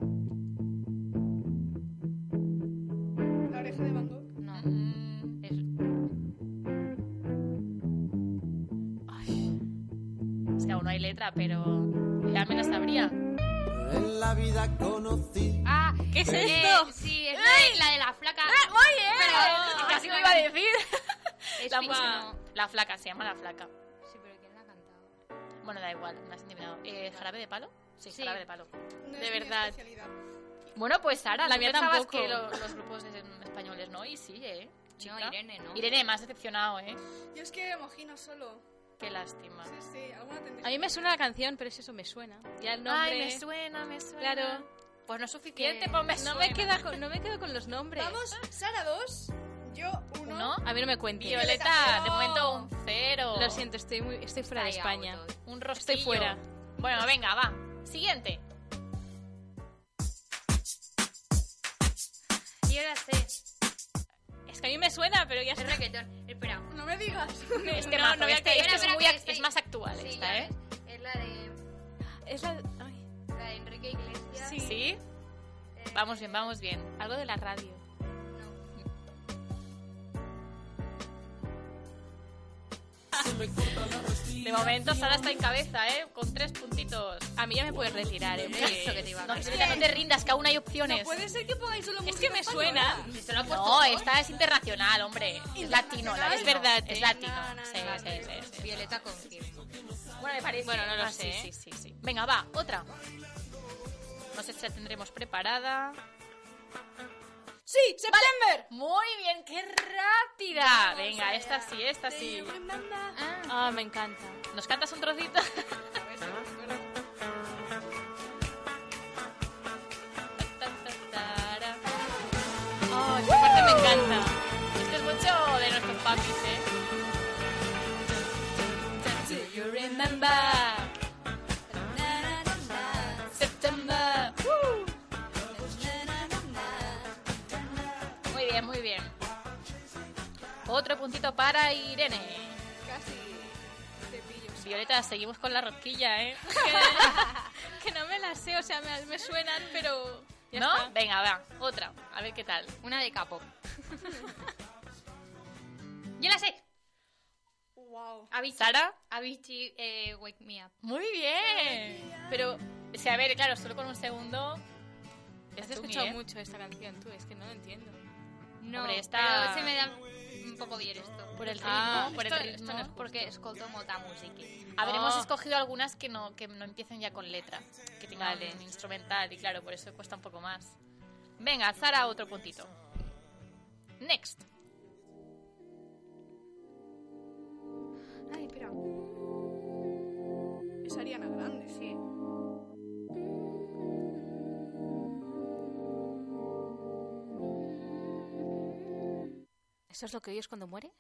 [SPEAKER 2] La oreja de Van Gogh.
[SPEAKER 4] No,
[SPEAKER 1] Mm,
[SPEAKER 4] es
[SPEAKER 1] Es que aún no hay letra, pero ya me la sabría.
[SPEAKER 6] En la vida conocí
[SPEAKER 4] Ah,
[SPEAKER 3] ¿Qué es
[SPEAKER 4] eh,
[SPEAKER 3] esto?
[SPEAKER 4] sí, es la de, la de la flaca.
[SPEAKER 1] ¡Muy bien!
[SPEAKER 4] Pero-
[SPEAKER 1] Casi lo iba a decir.
[SPEAKER 4] Es
[SPEAKER 1] La,
[SPEAKER 4] Pink,
[SPEAKER 1] música-
[SPEAKER 4] no.
[SPEAKER 1] la flaca, se llama la flaca.
[SPEAKER 4] Sí, pero ¿quién la ha cantado?
[SPEAKER 1] Bueno, da igual, me has intimidado. Eh, ¿Jarabe de palo? Sí,
[SPEAKER 4] Sí.
[SPEAKER 1] jarabe de palo.
[SPEAKER 2] No
[SPEAKER 1] De
[SPEAKER 2] es mi
[SPEAKER 1] verdad.
[SPEAKER 2] especialidad.
[SPEAKER 1] Bueno, pues Sara,
[SPEAKER 3] La
[SPEAKER 1] ¿tú
[SPEAKER 3] mía
[SPEAKER 1] pensabas
[SPEAKER 3] tampoco.
[SPEAKER 1] que lo- los grupos en españoles no? Y sí, ¿eh? Chica.
[SPEAKER 4] No, Irene, ¿no?
[SPEAKER 1] Irene, me has decepcionado, ¿eh?
[SPEAKER 2] Yo es que mojino solo.
[SPEAKER 1] Qué lástima.
[SPEAKER 2] Sí, sí, alguna
[SPEAKER 3] A
[SPEAKER 2] tendría.
[SPEAKER 3] mí me suena la canción, pero es eso, me suena. Ya el nombre.
[SPEAKER 1] Ay, me suena, me suena.
[SPEAKER 3] Claro.
[SPEAKER 1] Pues no es suficiente, pues me
[SPEAKER 3] No me,
[SPEAKER 1] suena.
[SPEAKER 3] queda con- no me quedo con los nombres.
[SPEAKER 2] Vamos, Sara 2, yo 1.
[SPEAKER 1] ¿No?
[SPEAKER 3] A mí no me cuentes.
[SPEAKER 1] Violeta, de
[SPEAKER 2] No.
[SPEAKER 1] momento un cero.
[SPEAKER 3] Lo siento, estoy, muy, estoy fuera de
[SPEAKER 4] Ay,
[SPEAKER 3] España.
[SPEAKER 4] autos.
[SPEAKER 1] Un rostillo.
[SPEAKER 3] Estoy fuera.
[SPEAKER 1] Bueno, venga, va. Siguiente.
[SPEAKER 4] Y ahora sé.
[SPEAKER 1] Es que a mí me suena, pero ya
[SPEAKER 4] Es
[SPEAKER 1] está.
[SPEAKER 4] reggaetón. Espera.
[SPEAKER 2] No me digas.
[SPEAKER 1] Es que
[SPEAKER 3] No,
[SPEAKER 1] no,
[SPEAKER 3] no
[SPEAKER 1] no voy a
[SPEAKER 3] está
[SPEAKER 1] creer, esto este,
[SPEAKER 4] bien.
[SPEAKER 1] es,
[SPEAKER 4] Espera,
[SPEAKER 1] muy
[SPEAKER 4] espera,
[SPEAKER 1] ac-
[SPEAKER 4] que
[SPEAKER 1] es
[SPEAKER 4] sí.
[SPEAKER 1] más actual
[SPEAKER 4] Sí,
[SPEAKER 1] esta,
[SPEAKER 4] ya
[SPEAKER 1] ¿eh?
[SPEAKER 4] ves. Es la de,
[SPEAKER 3] Es la, ay,
[SPEAKER 4] la de Enrique Iglesias.
[SPEAKER 1] Sí.
[SPEAKER 4] Eh,
[SPEAKER 1] Vamos bien, vamos bien.
[SPEAKER 3] algo de la radio.
[SPEAKER 4] no.
[SPEAKER 1] De momento Sara está en cabeza, ¿eh? Con tres puntitos.
[SPEAKER 3] A mí ya me puedes retirar, ¿eh?
[SPEAKER 4] Eso que te iba a
[SPEAKER 1] No,
[SPEAKER 4] contar.
[SPEAKER 1] es que no te rindas, que aún hay opciones.
[SPEAKER 2] No puede ser que pongáis solo
[SPEAKER 3] Es que
[SPEAKER 2] música
[SPEAKER 3] me
[SPEAKER 2] española.
[SPEAKER 3] suena.
[SPEAKER 4] Esto lo ha puesto
[SPEAKER 1] No,
[SPEAKER 4] yo.
[SPEAKER 1] esta es internacional, hombre. Es latino, la
[SPEAKER 3] Es verdad,
[SPEAKER 1] Es
[SPEAKER 3] ¿eh?
[SPEAKER 1] latino.
[SPEAKER 2] No, no,
[SPEAKER 1] sí,
[SPEAKER 2] no,
[SPEAKER 1] sí, sí, sí.
[SPEAKER 4] Violeta confirma.
[SPEAKER 1] Bueno, me parece.
[SPEAKER 3] Bueno, no lo
[SPEAKER 1] Ah,
[SPEAKER 3] sé,
[SPEAKER 1] Sí,
[SPEAKER 3] ¿eh?
[SPEAKER 1] sí, sí, sí. Venga, va, otra. No sé si la tendremos preparada.
[SPEAKER 2] Sí, September.
[SPEAKER 1] Muy bien, qué rápida. Venga, esta sí, esta sí.
[SPEAKER 3] Ah, me encanta.
[SPEAKER 1] ¿Nos cantas un trocito?
[SPEAKER 3] Oh, esta parte me encanta.
[SPEAKER 1] Esto es mucho de nuestros papis, ¿eh? September. Muy bien, muy bien. Otro puntito para Irene.
[SPEAKER 2] Casi te pillo.
[SPEAKER 1] Violeta, seguimos con la rosquilla, ¿eh?
[SPEAKER 3] Que no me la sé, o sea, me, me suenan, pero... ya
[SPEAKER 1] ¿No?
[SPEAKER 3] está.
[SPEAKER 1] Venga, va, otra. A ver qué tal.
[SPEAKER 4] Una de capo. Yo la sé.
[SPEAKER 2] Wow.
[SPEAKER 1] ¿Sara?
[SPEAKER 4] Avicii, eh, Wake Me Up.
[SPEAKER 1] Muy bien. Pero, o sea, a ver, claro, solo con un segundo.
[SPEAKER 3] Has
[SPEAKER 1] Azumi,
[SPEAKER 3] escuchado
[SPEAKER 1] ¿eh?
[SPEAKER 3] mucho esta canción, tú, es que no lo entiendo.
[SPEAKER 4] No,
[SPEAKER 1] Hombre, esta-
[SPEAKER 4] pero se me da un poco bien esto.
[SPEAKER 1] Ah. Por el ritmo,
[SPEAKER 3] Ah,
[SPEAKER 1] por el
[SPEAKER 3] esto-
[SPEAKER 1] ritmo.
[SPEAKER 3] esto no es justo.
[SPEAKER 4] Porque escolto molta música.
[SPEAKER 1] A ver,
[SPEAKER 3] Ah.
[SPEAKER 1] hemos escogido algunas que no, que no empiecen ya con letra, que tengan un instrumental y claro, por eso cuesta un poco más. Venga, Sara, otro puntito. Next.
[SPEAKER 2] Ay, espera. Es Ariana Grande, sí.
[SPEAKER 3] ¿Eso es lo que oyes cuando mueres?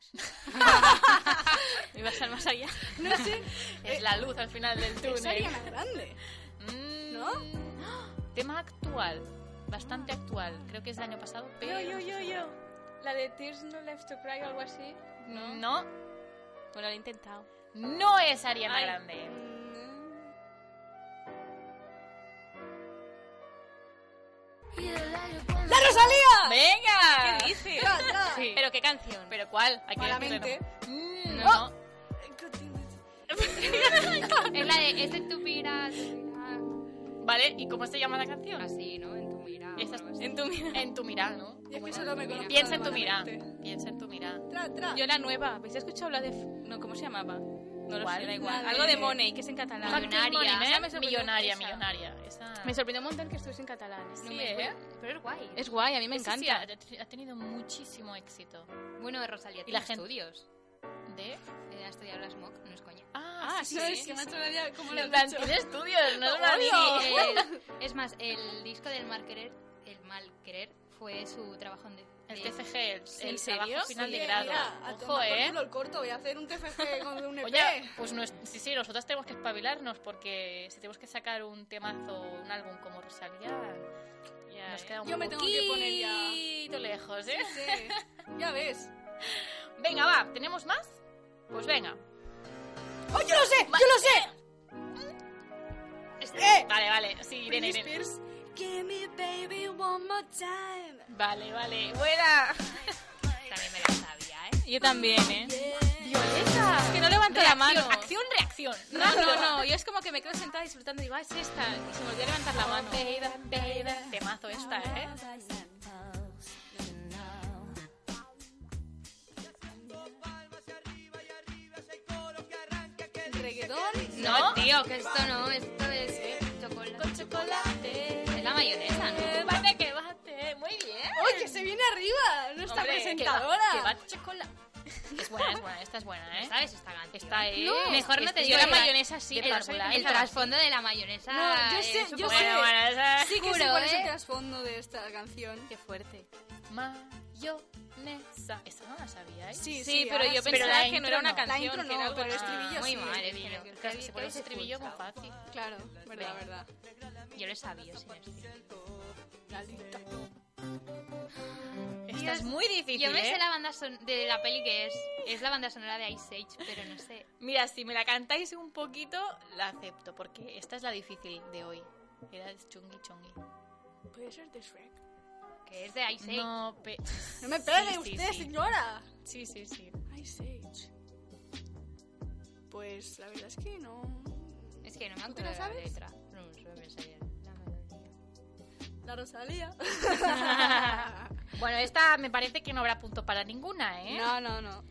[SPEAKER 3] ¿Me vas a ir más allá?
[SPEAKER 2] No sé.
[SPEAKER 3] Eh.
[SPEAKER 1] Es la luz al final del
[SPEAKER 2] Es
[SPEAKER 1] túnel.
[SPEAKER 2] Ariana Grande.
[SPEAKER 1] Mm,
[SPEAKER 2] ¿No?
[SPEAKER 1] Tema actual, bastante actual. Creo que es del año pasado, pero
[SPEAKER 3] yo, yo. La de Tears No Left to Cry o algo así. No.
[SPEAKER 1] no,
[SPEAKER 3] Bueno, lo he intentado.
[SPEAKER 1] no es Ariana
[SPEAKER 3] Ay.
[SPEAKER 1] Grande.
[SPEAKER 2] ¡La Rosalía!
[SPEAKER 1] Venga.
[SPEAKER 3] dices?
[SPEAKER 2] Ya está.
[SPEAKER 3] ¿Pero qué canción?
[SPEAKER 1] Pero cuál? Hay que
[SPEAKER 2] Malamente.
[SPEAKER 1] decirlo. Mm,
[SPEAKER 3] No,
[SPEAKER 1] no.
[SPEAKER 3] no.
[SPEAKER 4] Es la de, este tu mira, tu mira.
[SPEAKER 1] Vale, ¿y cómo se llama la canción?
[SPEAKER 4] Así, ¿no? En tu mira. o
[SPEAKER 1] Esta es-
[SPEAKER 4] algo así.
[SPEAKER 3] En tu mirada.
[SPEAKER 1] En tu mirada, ¿no?
[SPEAKER 2] Y es que solo me conozco
[SPEAKER 1] Piensa en
[SPEAKER 2] de
[SPEAKER 1] tu mirada.
[SPEAKER 2] Malamente.
[SPEAKER 1] Piensa en tu mirada.
[SPEAKER 2] Tra, tra.
[SPEAKER 3] Yo la nueva. ¿Habéis escuchado la de... F- No, ¿cómo se llamaba? No lo
[SPEAKER 1] ¿Cuál?
[SPEAKER 3] sé, da igual.
[SPEAKER 2] La
[SPEAKER 3] Algo de
[SPEAKER 2] de-
[SPEAKER 3] Money, que es en catalán.
[SPEAKER 1] Millonaria,
[SPEAKER 3] Money,
[SPEAKER 1] ¿eh?
[SPEAKER 3] esa me sorprendió.
[SPEAKER 1] millonaria,
[SPEAKER 3] Esa.
[SPEAKER 1] millonaria. Esa...
[SPEAKER 3] Me sorprendió un montón que estuviese en catalán. No
[SPEAKER 1] Sí,
[SPEAKER 3] me-
[SPEAKER 1] ¿eh?
[SPEAKER 4] Pero es guay.
[SPEAKER 3] Es guay, a mí me
[SPEAKER 1] Sí, sí,
[SPEAKER 3] encanta.
[SPEAKER 1] ha, ha tenido muchísimo éxito.
[SPEAKER 4] Bueno, de Rosalía.
[SPEAKER 1] Y la
[SPEAKER 4] tiene
[SPEAKER 1] gente-
[SPEAKER 4] estudios.
[SPEAKER 1] ¿De?
[SPEAKER 4] Eh, Ha estudiado la Smoke, no es coña.
[SPEAKER 1] Ah,
[SPEAKER 3] sí,
[SPEAKER 2] No,
[SPEAKER 3] sí,
[SPEAKER 2] es que me ha como lo
[SPEAKER 1] En
[SPEAKER 2] has
[SPEAKER 1] plan,
[SPEAKER 2] dicho.
[SPEAKER 1] tiene estudios, no es una
[SPEAKER 2] Obvio.
[SPEAKER 1] mini.
[SPEAKER 4] Y el- es más, el disco del mal querer, el mal querer, fue su trabajo en de,
[SPEAKER 1] El
[SPEAKER 4] de-
[SPEAKER 1] TFG, el, el
[SPEAKER 3] serio?
[SPEAKER 1] trabajo final
[SPEAKER 2] Oye,
[SPEAKER 1] de grado.
[SPEAKER 2] eh, mira, a
[SPEAKER 1] Ojo,
[SPEAKER 2] tomar por
[SPEAKER 1] ¿eh?
[SPEAKER 2] culo el corto, voy a hacer un TFG con un E EP.
[SPEAKER 1] Oye, pues no es- sí, sí, nosotras tenemos que espabilarnos porque si tenemos que sacar un temazo, un álbum como Rosalía,
[SPEAKER 3] Ya,
[SPEAKER 1] nos
[SPEAKER 3] eh.
[SPEAKER 1] queda un
[SPEAKER 2] Yo me tengo que poner ya.
[SPEAKER 1] poquito lejos, ¿eh?
[SPEAKER 2] Sí, ya ves.
[SPEAKER 1] Venga, va, ¿tenemos más? Pues venga.
[SPEAKER 2] ¡Oh, yo lo sé! ¡Yo lo sé! ¡Eh!
[SPEAKER 1] Vale, vale, sí, Irene,
[SPEAKER 2] Britney
[SPEAKER 1] Irene.
[SPEAKER 2] Spears. Give me baby one more time.
[SPEAKER 1] Vale, vale, buena.
[SPEAKER 4] También me la sabía, ¿eh?
[SPEAKER 3] Yo también, ¿eh?
[SPEAKER 1] Violeta.
[SPEAKER 3] Es que no levanto la mano.
[SPEAKER 1] Acción, reacción.
[SPEAKER 3] No, no, no. Yo es como que me quedo sentada disfrutando y digo, ah, es esta. Y se me olvidó levantar la mano.
[SPEAKER 1] Temazo esta, ¿eh?
[SPEAKER 2] Reggaetón.
[SPEAKER 1] ¿No?
[SPEAKER 4] tío, que esto no, esto es chocolate.
[SPEAKER 1] chocolate.
[SPEAKER 4] Es la mayonesa, ¿no?
[SPEAKER 1] Bate que bate. Muy bien.
[SPEAKER 2] ¡Oye, que se viene arriba! ¡Nuestra
[SPEAKER 1] Hombre, que
[SPEAKER 2] presentadora!
[SPEAKER 1] va- Que bate chocolate.
[SPEAKER 4] Es
[SPEAKER 1] buena, es buena, esta es buena, ¿eh?
[SPEAKER 4] ¿Sabes esta canción?
[SPEAKER 1] Esta es...
[SPEAKER 4] Mejor no
[SPEAKER 1] este-
[SPEAKER 4] te
[SPEAKER 1] yo
[SPEAKER 4] digo
[SPEAKER 1] la
[SPEAKER 4] el tra-
[SPEAKER 1] mayonesa sí,
[SPEAKER 4] el,
[SPEAKER 1] pero
[SPEAKER 4] el
[SPEAKER 1] soy feliz
[SPEAKER 4] trasfondo de la mayonesa.
[SPEAKER 2] No, yo
[SPEAKER 4] es
[SPEAKER 2] sé- yo
[SPEAKER 4] un poco-
[SPEAKER 2] sé-
[SPEAKER 1] Bueno, bueno, esa-
[SPEAKER 2] Sí que sé
[SPEAKER 4] Juro,
[SPEAKER 2] cuál es el
[SPEAKER 4] ¿eh?
[SPEAKER 2] trasfondo de esta canción.
[SPEAKER 3] Qué fuerte.
[SPEAKER 1] Mayonesa. ¿Esa no ¿eh? la sabíais?
[SPEAKER 2] Sí, sí,
[SPEAKER 3] Sí, pero
[SPEAKER 2] ahora
[SPEAKER 3] yo
[SPEAKER 2] sí.
[SPEAKER 3] pensaba
[SPEAKER 1] Pero la
[SPEAKER 3] que no
[SPEAKER 1] intro
[SPEAKER 3] era una
[SPEAKER 1] no.
[SPEAKER 2] La
[SPEAKER 3] canción,
[SPEAKER 2] intro
[SPEAKER 3] que
[SPEAKER 2] no,
[SPEAKER 3] era algo
[SPEAKER 2] pero el
[SPEAKER 3] más-
[SPEAKER 2] estribillo
[SPEAKER 4] muy
[SPEAKER 2] sí.
[SPEAKER 4] mal,
[SPEAKER 1] Madre mía,
[SPEAKER 4] estribillo.
[SPEAKER 1] claro, se pone ese estribillo muy
[SPEAKER 4] Escucha.
[SPEAKER 1] fácil.
[SPEAKER 2] Claro, verdad, verdad.
[SPEAKER 4] Yo lo sabía, sin estribillo.
[SPEAKER 2] Lalita.
[SPEAKER 1] Esta es muy difícil,
[SPEAKER 4] Yo me
[SPEAKER 1] ¿eh?
[SPEAKER 4] sé la banda son- de la peli que es. Es la banda sonora de Ice Age, pero no sé.
[SPEAKER 1] Mira, si me la cantáis un poquito, la acepto, porque esta es la difícil de hoy. Era el chungi chungi.
[SPEAKER 2] ¿Puede ser de Shrek?
[SPEAKER 4] Que es de Ice Age.
[SPEAKER 1] No, pe...
[SPEAKER 2] ¡No me pegue
[SPEAKER 1] Sí, sí,
[SPEAKER 2] usted,
[SPEAKER 1] sí.
[SPEAKER 2] señora!
[SPEAKER 1] Sí, sí, sí.
[SPEAKER 2] Ice Age. Pues la verdad es que no.
[SPEAKER 4] Es que no me
[SPEAKER 2] ¿Tú
[SPEAKER 4] acuerdo
[SPEAKER 2] te la
[SPEAKER 4] de la
[SPEAKER 2] sabes?
[SPEAKER 4] letra. No, no me sabía la melodía.
[SPEAKER 2] La Rosalía.
[SPEAKER 1] Bueno, esta me parece que no habrá punto para ninguna, ¿eh?
[SPEAKER 2] No, no, no.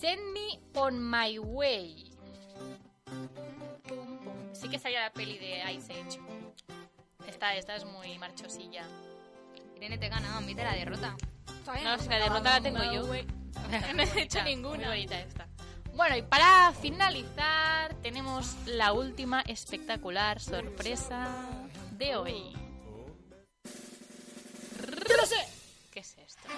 [SPEAKER 1] Send me on my way. Pum, pum. Sí que salió la peli de Ice Age. Esta, esta es muy marchosilla.
[SPEAKER 4] Irene te gana, admite la derrota.
[SPEAKER 2] Todavía
[SPEAKER 1] No, si la derrota la tengo yo.
[SPEAKER 3] No he hecho
[SPEAKER 1] Muy
[SPEAKER 3] ninguna.
[SPEAKER 1] bonita esta. Bueno, y para finalizar, tenemos la última espectacular sorpresa de hoy. ¡Yo lo sé! ¿Qué es esto?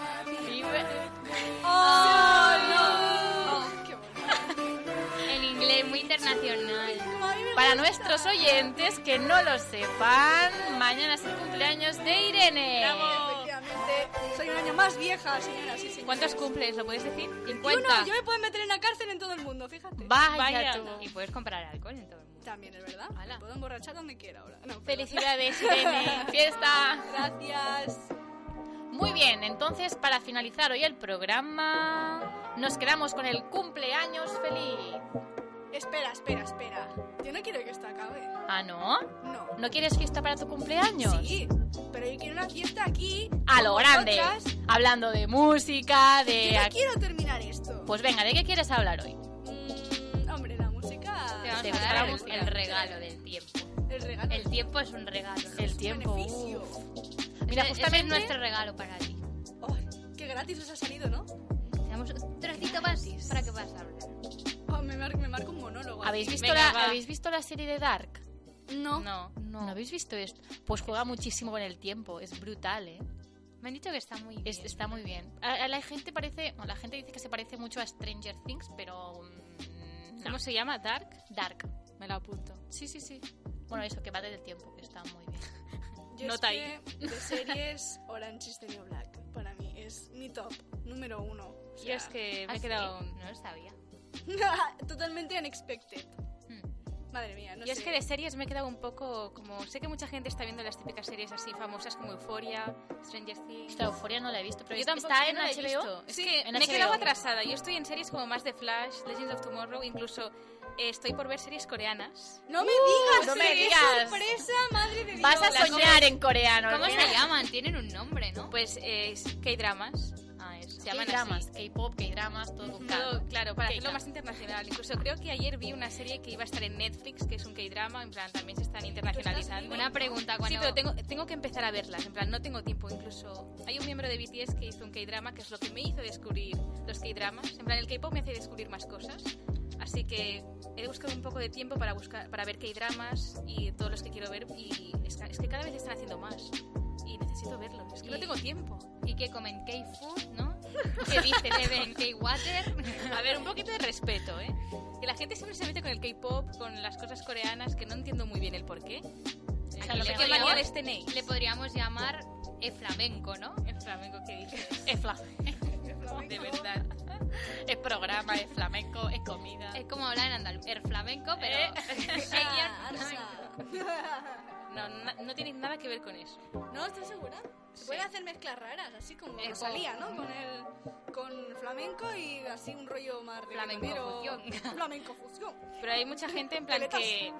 [SPEAKER 2] Oh, qué bonito.
[SPEAKER 4] En inglés, muy internacional.
[SPEAKER 2] A mí me
[SPEAKER 1] Para nuestros oyentes que no lo sepan, mañana es el cumpleaños de Irene.
[SPEAKER 2] Efectivamente, soy un año más vieja, señora, sí, señora.
[SPEAKER 3] ¿Cuántos cumples? ¿Lo puedes decir?
[SPEAKER 2] 21,
[SPEAKER 3] 50.
[SPEAKER 2] yo me pueden meter en la cárcel en todo el mundo, fíjate.
[SPEAKER 1] Vaya,
[SPEAKER 3] Vaya.
[SPEAKER 1] tú.
[SPEAKER 4] Y puedes comprar alcohol en todo el mundo.
[SPEAKER 2] También es verdad.
[SPEAKER 4] Ala.
[SPEAKER 2] Puedo emborrachar donde quiera ahora. No, perdón.
[SPEAKER 3] Felicidades, Irene.
[SPEAKER 1] Fiesta.
[SPEAKER 2] Gracias.
[SPEAKER 1] Muy bien, entonces para finalizar hoy el programa, nos quedamos con el cumpleaños feliz.
[SPEAKER 2] Espera, espera, espera. Yo no quiero que esto acabe.
[SPEAKER 1] ¿Ah, no?
[SPEAKER 2] No.
[SPEAKER 1] ¿No quieres fiesta para tu cumpleaños?
[SPEAKER 2] Sí, pero yo quiero una fiesta aquí.
[SPEAKER 1] A lo
[SPEAKER 2] con
[SPEAKER 1] grande.
[SPEAKER 2] vosotras.
[SPEAKER 1] Hablando de música,
[SPEAKER 2] Yo
[SPEAKER 1] de...
[SPEAKER 2] no quiero terminar esto.
[SPEAKER 1] Pues venga, ¿de qué quieres hablar hoy?
[SPEAKER 2] Mm, hombre, la música.
[SPEAKER 4] Te vamos
[SPEAKER 1] Te
[SPEAKER 4] a dar
[SPEAKER 1] regalamos
[SPEAKER 4] el, el regalo del tiempo.
[SPEAKER 2] El regalo.
[SPEAKER 4] El tiempo es un regalo. ¿no?
[SPEAKER 1] El
[SPEAKER 2] es un
[SPEAKER 1] tiempo.
[SPEAKER 2] beneficio.
[SPEAKER 1] Mira,
[SPEAKER 4] Ese- ese
[SPEAKER 1] justamente
[SPEAKER 4] es nuestro regalo para ti.
[SPEAKER 2] Ay, qué gratis os ha salido, ¿no?
[SPEAKER 4] Te damos un trocito más para que puedas hablar.
[SPEAKER 2] Oh, me, mar- me marco un monólogo.
[SPEAKER 1] ¿Habéis visto, la,
[SPEAKER 3] Venga, va.
[SPEAKER 1] ¿Habéis visto la serie de Dark?
[SPEAKER 2] No.
[SPEAKER 4] No.
[SPEAKER 1] No. habéis visto esto? Pues juega muchísimo con el tiempo, es brutal, ¿eh?
[SPEAKER 4] Me han dicho que está muy bien.
[SPEAKER 1] Es- está muy bien. A- a la gente parece, bueno, la gente dice que se parece mucho a Stranger Things, pero mm, no.
[SPEAKER 3] ¿Cómo se llama? ¿Dark?
[SPEAKER 1] Dark.
[SPEAKER 3] Me la apunto.
[SPEAKER 1] Sí, sí, sí. Bueno, eso que va del tiempo, que está muy bien.
[SPEAKER 2] Yo
[SPEAKER 3] Nota
[SPEAKER 2] es que de series Orange is the New Black para mí es mi top número uno. O
[SPEAKER 3] Yo
[SPEAKER 2] sea,
[SPEAKER 3] es que
[SPEAKER 4] Ah,
[SPEAKER 3] me he
[SPEAKER 4] sí,
[SPEAKER 3] quedado...
[SPEAKER 4] No lo sabía.
[SPEAKER 2] totalmente unexpected. Madre mía, no
[SPEAKER 3] Yo
[SPEAKER 2] sé.
[SPEAKER 3] es que de series me he quedado un poco como... Sé que mucha gente está viendo las típicas series así famosas como Euphoria, Stranger Things...
[SPEAKER 1] Esta euforia no la he visto, pero
[SPEAKER 3] Yo
[SPEAKER 1] es-
[SPEAKER 3] tampoco
[SPEAKER 1] está
[SPEAKER 3] yo
[SPEAKER 1] en
[SPEAKER 3] no la he
[SPEAKER 1] HBO.
[SPEAKER 3] visto. Es que
[SPEAKER 1] en
[SPEAKER 3] me he
[SPEAKER 1] HBO.
[SPEAKER 3] quedado atrasada. Yo estoy en series como más de Flash, Legends of Tomorrow, incluso eh, estoy por ver series coreanas.
[SPEAKER 2] No me digas,
[SPEAKER 1] no me
[SPEAKER 2] qué
[SPEAKER 1] digas.
[SPEAKER 2] sorpresa, madre de Dios.
[SPEAKER 1] Vas a
[SPEAKER 3] Las
[SPEAKER 1] soñar en coreano. ¿eh?
[SPEAKER 4] ¿Cómo
[SPEAKER 1] nena.
[SPEAKER 4] se llaman? Tienen un nombre, ¿no?
[SPEAKER 3] Pues eh, es K-dramas.
[SPEAKER 4] Ah, eso.
[SPEAKER 3] Se llaman
[SPEAKER 1] K-dramas,
[SPEAKER 3] así.
[SPEAKER 1] K-pop, K-dramas, todo con
[SPEAKER 3] Todo,
[SPEAKER 1] K.
[SPEAKER 3] claro, para hacerlo
[SPEAKER 1] K-dramas.
[SPEAKER 3] más internacional. Incluso creo que ayer vi una serie que iba a estar en Netflix, que es un K-drama, en plan también se están internacionalizando.
[SPEAKER 4] Una pregunta cuando...
[SPEAKER 3] Sí, pero tengo, tengo que empezar a verlas, en plan no tengo tiempo. Incluso hay un miembro de BTS que hizo un K-drama, que es lo que me hizo descubrir los K-dramas. En plan el K-pop me hace descubrir más cosas. Así que he buscado un poco de tiempo para buscar para ver K-dramas y todos los que quiero ver y es, es que cada vez están haciendo más y necesito verlos. Es que no
[SPEAKER 4] Y-
[SPEAKER 3] tengo tiempo.
[SPEAKER 4] ¿Y qué comen? ¿K-food, no? ¿Qué dicen? ¿Beben K-water?
[SPEAKER 3] A ver, un poquito de respeto, ¿eh? Que la gente siempre se mete con el K-pop, con las cosas coreanas, que no entiendo muy bien el porqué.
[SPEAKER 4] O
[SPEAKER 1] sea, lo
[SPEAKER 3] ¿Qué
[SPEAKER 1] que
[SPEAKER 3] manía
[SPEAKER 1] yo-
[SPEAKER 3] les tenéis?
[SPEAKER 4] Le podríamos llamar el flamenco, ¿no?
[SPEAKER 3] El flamenco que dije.
[SPEAKER 1] Es, fla-
[SPEAKER 3] De verdad.
[SPEAKER 1] es programa, es flamenco, es comida.
[SPEAKER 4] Es como hablar en andaluz. El flamenco, pero...
[SPEAKER 2] Ah, Arsa, arsa.
[SPEAKER 3] No, na- no tiene nada que ver con eso.
[SPEAKER 2] No, ¿estás segura? Se pueden hacer mezclas raras, así como
[SPEAKER 4] Eso.
[SPEAKER 2] Rosalía, ¿no? Con el con flamenco y así un rollo más
[SPEAKER 4] Flamenco
[SPEAKER 2] reggaetonero.
[SPEAKER 4] fusión.
[SPEAKER 2] Flamenco fusión.
[SPEAKER 3] Pero hay mucha gente en plan
[SPEAKER 2] Paletas.
[SPEAKER 3] que...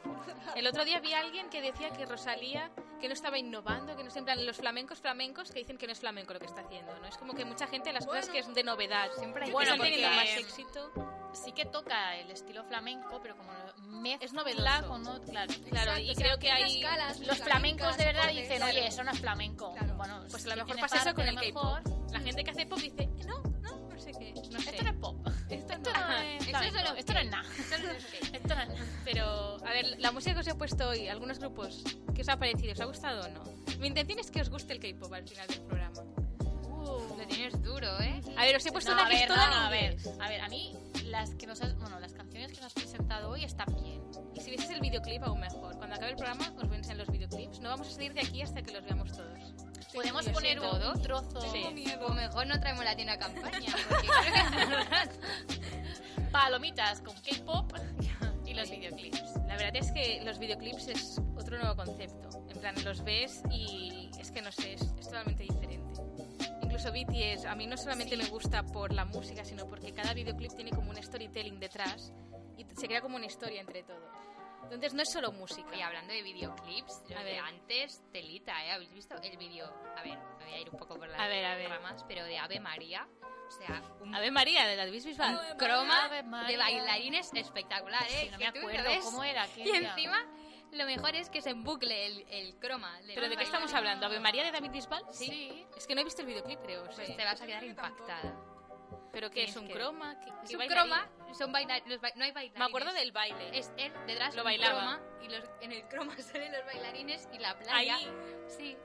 [SPEAKER 3] El otro día vi a alguien que decía que Rosalía, que no estaba innovando, que no sé, en plan los flamencos flamencos que dicen que no es flamenco lo que está haciendo, ¿no? Es como que mucha gente las cosas
[SPEAKER 2] Bueno.
[SPEAKER 3] que es de novedad, siempre
[SPEAKER 4] hay
[SPEAKER 3] que
[SPEAKER 1] gente
[SPEAKER 3] están teniendo
[SPEAKER 1] porque-
[SPEAKER 3] más éxito.
[SPEAKER 1] Sí que toca el estilo flamenco, pero como lo mezcla
[SPEAKER 3] Es novedoso.
[SPEAKER 1] con ot- claro.
[SPEAKER 3] Claro, y creo que hay...
[SPEAKER 1] Los flamencos de verdad dicen, oye,
[SPEAKER 2] eso
[SPEAKER 1] eso no es flamenco.
[SPEAKER 2] Claro.
[SPEAKER 1] Bueno,
[SPEAKER 3] Pues
[SPEAKER 1] sí
[SPEAKER 3] a lo
[SPEAKER 1] que
[SPEAKER 3] mejor
[SPEAKER 1] tiene
[SPEAKER 3] pasa eso
[SPEAKER 1] parte,
[SPEAKER 3] con
[SPEAKER 1] a
[SPEAKER 3] el
[SPEAKER 1] lo mejor.
[SPEAKER 3] K-pop. La gente que hace pop dice, "Eh, no, no, no es sé qué. No sé.
[SPEAKER 1] Esto no es pop. Esto no,
[SPEAKER 3] es-
[SPEAKER 1] esto,
[SPEAKER 3] esto no
[SPEAKER 1] no,
[SPEAKER 3] es-
[SPEAKER 1] esto no es nada.
[SPEAKER 3] Esto no es skate.
[SPEAKER 1] Esto no es nada.
[SPEAKER 3] Pero, a ver, la música que os he puesto hoy, algunos grupos, ¿qué os ha parecido? ¿Os ha gustado o no? Mi intención es que os guste el K-pop al final del programa.
[SPEAKER 1] Uh.
[SPEAKER 4] Lo tienes duro, ¿eh?
[SPEAKER 3] A ver, os he puesto
[SPEAKER 1] Pues No,
[SPEAKER 3] una
[SPEAKER 1] a
[SPEAKER 3] que es
[SPEAKER 1] ver,
[SPEAKER 3] toda
[SPEAKER 1] no,
[SPEAKER 3] en
[SPEAKER 1] a ver,
[SPEAKER 3] inglés.
[SPEAKER 1] a ver, a mí las que nos has, bueno, las canciones que nos has presentado hoy están bien.
[SPEAKER 3] Y si vieses el videoclip, aún mejor. Cuando acabe el programa, os voy a enseñar los videoclips. No vamos a salir de aquí hasta que los veamos todos.
[SPEAKER 1] Podemos
[SPEAKER 3] sí,
[SPEAKER 1] poner un
[SPEAKER 4] todos.
[SPEAKER 1] trozo
[SPEAKER 3] Sí.
[SPEAKER 4] O mejor no traemos la tienda campaña, porque creo que...
[SPEAKER 1] palomitas con K-pop y los videoclips.
[SPEAKER 3] La verdad es que los videoclips es otro nuevo concepto. En plan, los ves y es que no sé, es, es totalmente diferente. Incluso BTS, a mí no solamente me gusta por la música, sino porque cada videoclip tiene como un storytelling detrás y se crea como una historia entre todo. Entonces no es solo música.
[SPEAKER 4] Y hablando de videoclips,
[SPEAKER 3] A
[SPEAKER 4] los
[SPEAKER 3] ver.
[SPEAKER 4] de antes, telita, ¿eh? ¿Habéis visto el vídeo? A ver, me voy a ir un poco por las
[SPEAKER 3] A ver, a ver.
[SPEAKER 4] ramas, pero de Ave María, o sea, un
[SPEAKER 3] A ver, María, de la Luis Bisbal.
[SPEAKER 4] croma
[SPEAKER 1] Ave María.
[SPEAKER 4] de bailarines espectacular, ¿eh?
[SPEAKER 1] Sí, no me
[SPEAKER 4] Que tú lo
[SPEAKER 1] acuerdo
[SPEAKER 4] ves.
[SPEAKER 1] cómo era
[SPEAKER 4] Y
[SPEAKER 1] aquella.
[SPEAKER 4] encima, lo mejor es que se embucle el, el croma.
[SPEAKER 3] ¿Pero de qué estamos hablando? ¿Ave María de David Bisbal?
[SPEAKER 1] Sí.
[SPEAKER 3] Es que no he visto el videoclip, creo. sí.
[SPEAKER 4] Pues te vas a quedar impactada.
[SPEAKER 3] ¿Pero qué?
[SPEAKER 4] Tienes
[SPEAKER 3] ¿Es un
[SPEAKER 4] que-
[SPEAKER 3] croma? ¿Qué- qué
[SPEAKER 4] Es un
[SPEAKER 3] bailarín?
[SPEAKER 4] croma, son baila- los ba- no hay bailarines.
[SPEAKER 3] Me acuerdo del baile.
[SPEAKER 4] Es él detrás
[SPEAKER 3] Lo
[SPEAKER 4] un
[SPEAKER 3] bailaba.
[SPEAKER 4] croma, y los, en el croma salen los bailarines y la playa.
[SPEAKER 3] Ahí.
[SPEAKER 4] Sí.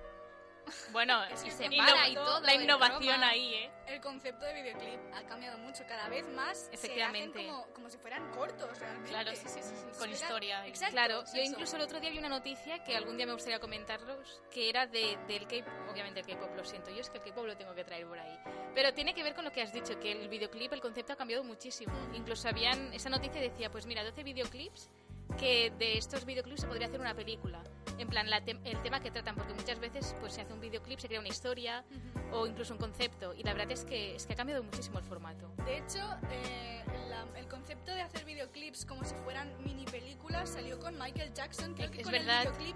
[SPEAKER 3] Bueno,
[SPEAKER 4] se
[SPEAKER 3] y
[SPEAKER 4] separa y todo,
[SPEAKER 3] La
[SPEAKER 4] el
[SPEAKER 3] innovación
[SPEAKER 4] croma.
[SPEAKER 3] ahí, ¿eh?
[SPEAKER 2] El concepto de videoclip ha cambiado mucho, cada vez más
[SPEAKER 3] Efectivamente.
[SPEAKER 2] se hacen como, como si fueran cortos realmente.
[SPEAKER 1] Claro, sí, sí, sí, sí,
[SPEAKER 2] Si
[SPEAKER 1] con
[SPEAKER 2] fuera-
[SPEAKER 1] historia.
[SPEAKER 2] Exacto,
[SPEAKER 3] Claro,
[SPEAKER 2] es
[SPEAKER 3] yo
[SPEAKER 2] eso.
[SPEAKER 3] incluso el otro día vi una noticia que algún día me gustaría comentarlos, que era de, del K-pop, obviamente el K-pop lo siento, yo es que el K-pop lo tengo que traer por ahí, pero tiene que ver con lo que has dicho, que el videoclip, el concepto ha cambiado muchísimo, incluso habían, esa noticia decía, pues mira, 12 videoclips, que de estos videoclips se podría hacer una película, en plan la tem- el tema que tratan, porque muchas veces pues se hace un videoclip, se crea una historia o incluso un concepto, y la verdad es que, es que ha cambiado muchísimo el formato.
[SPEAKER 2] De hecho, eh, la- el concepto de hacer videoclips como si fueran mini películas salió con Michael Jackson, creo que
[SPEAKER 3] Es
[SPEAKER 2] con
[SPEAKER 3] verdad.
[SPEAKER 2] el videoclip,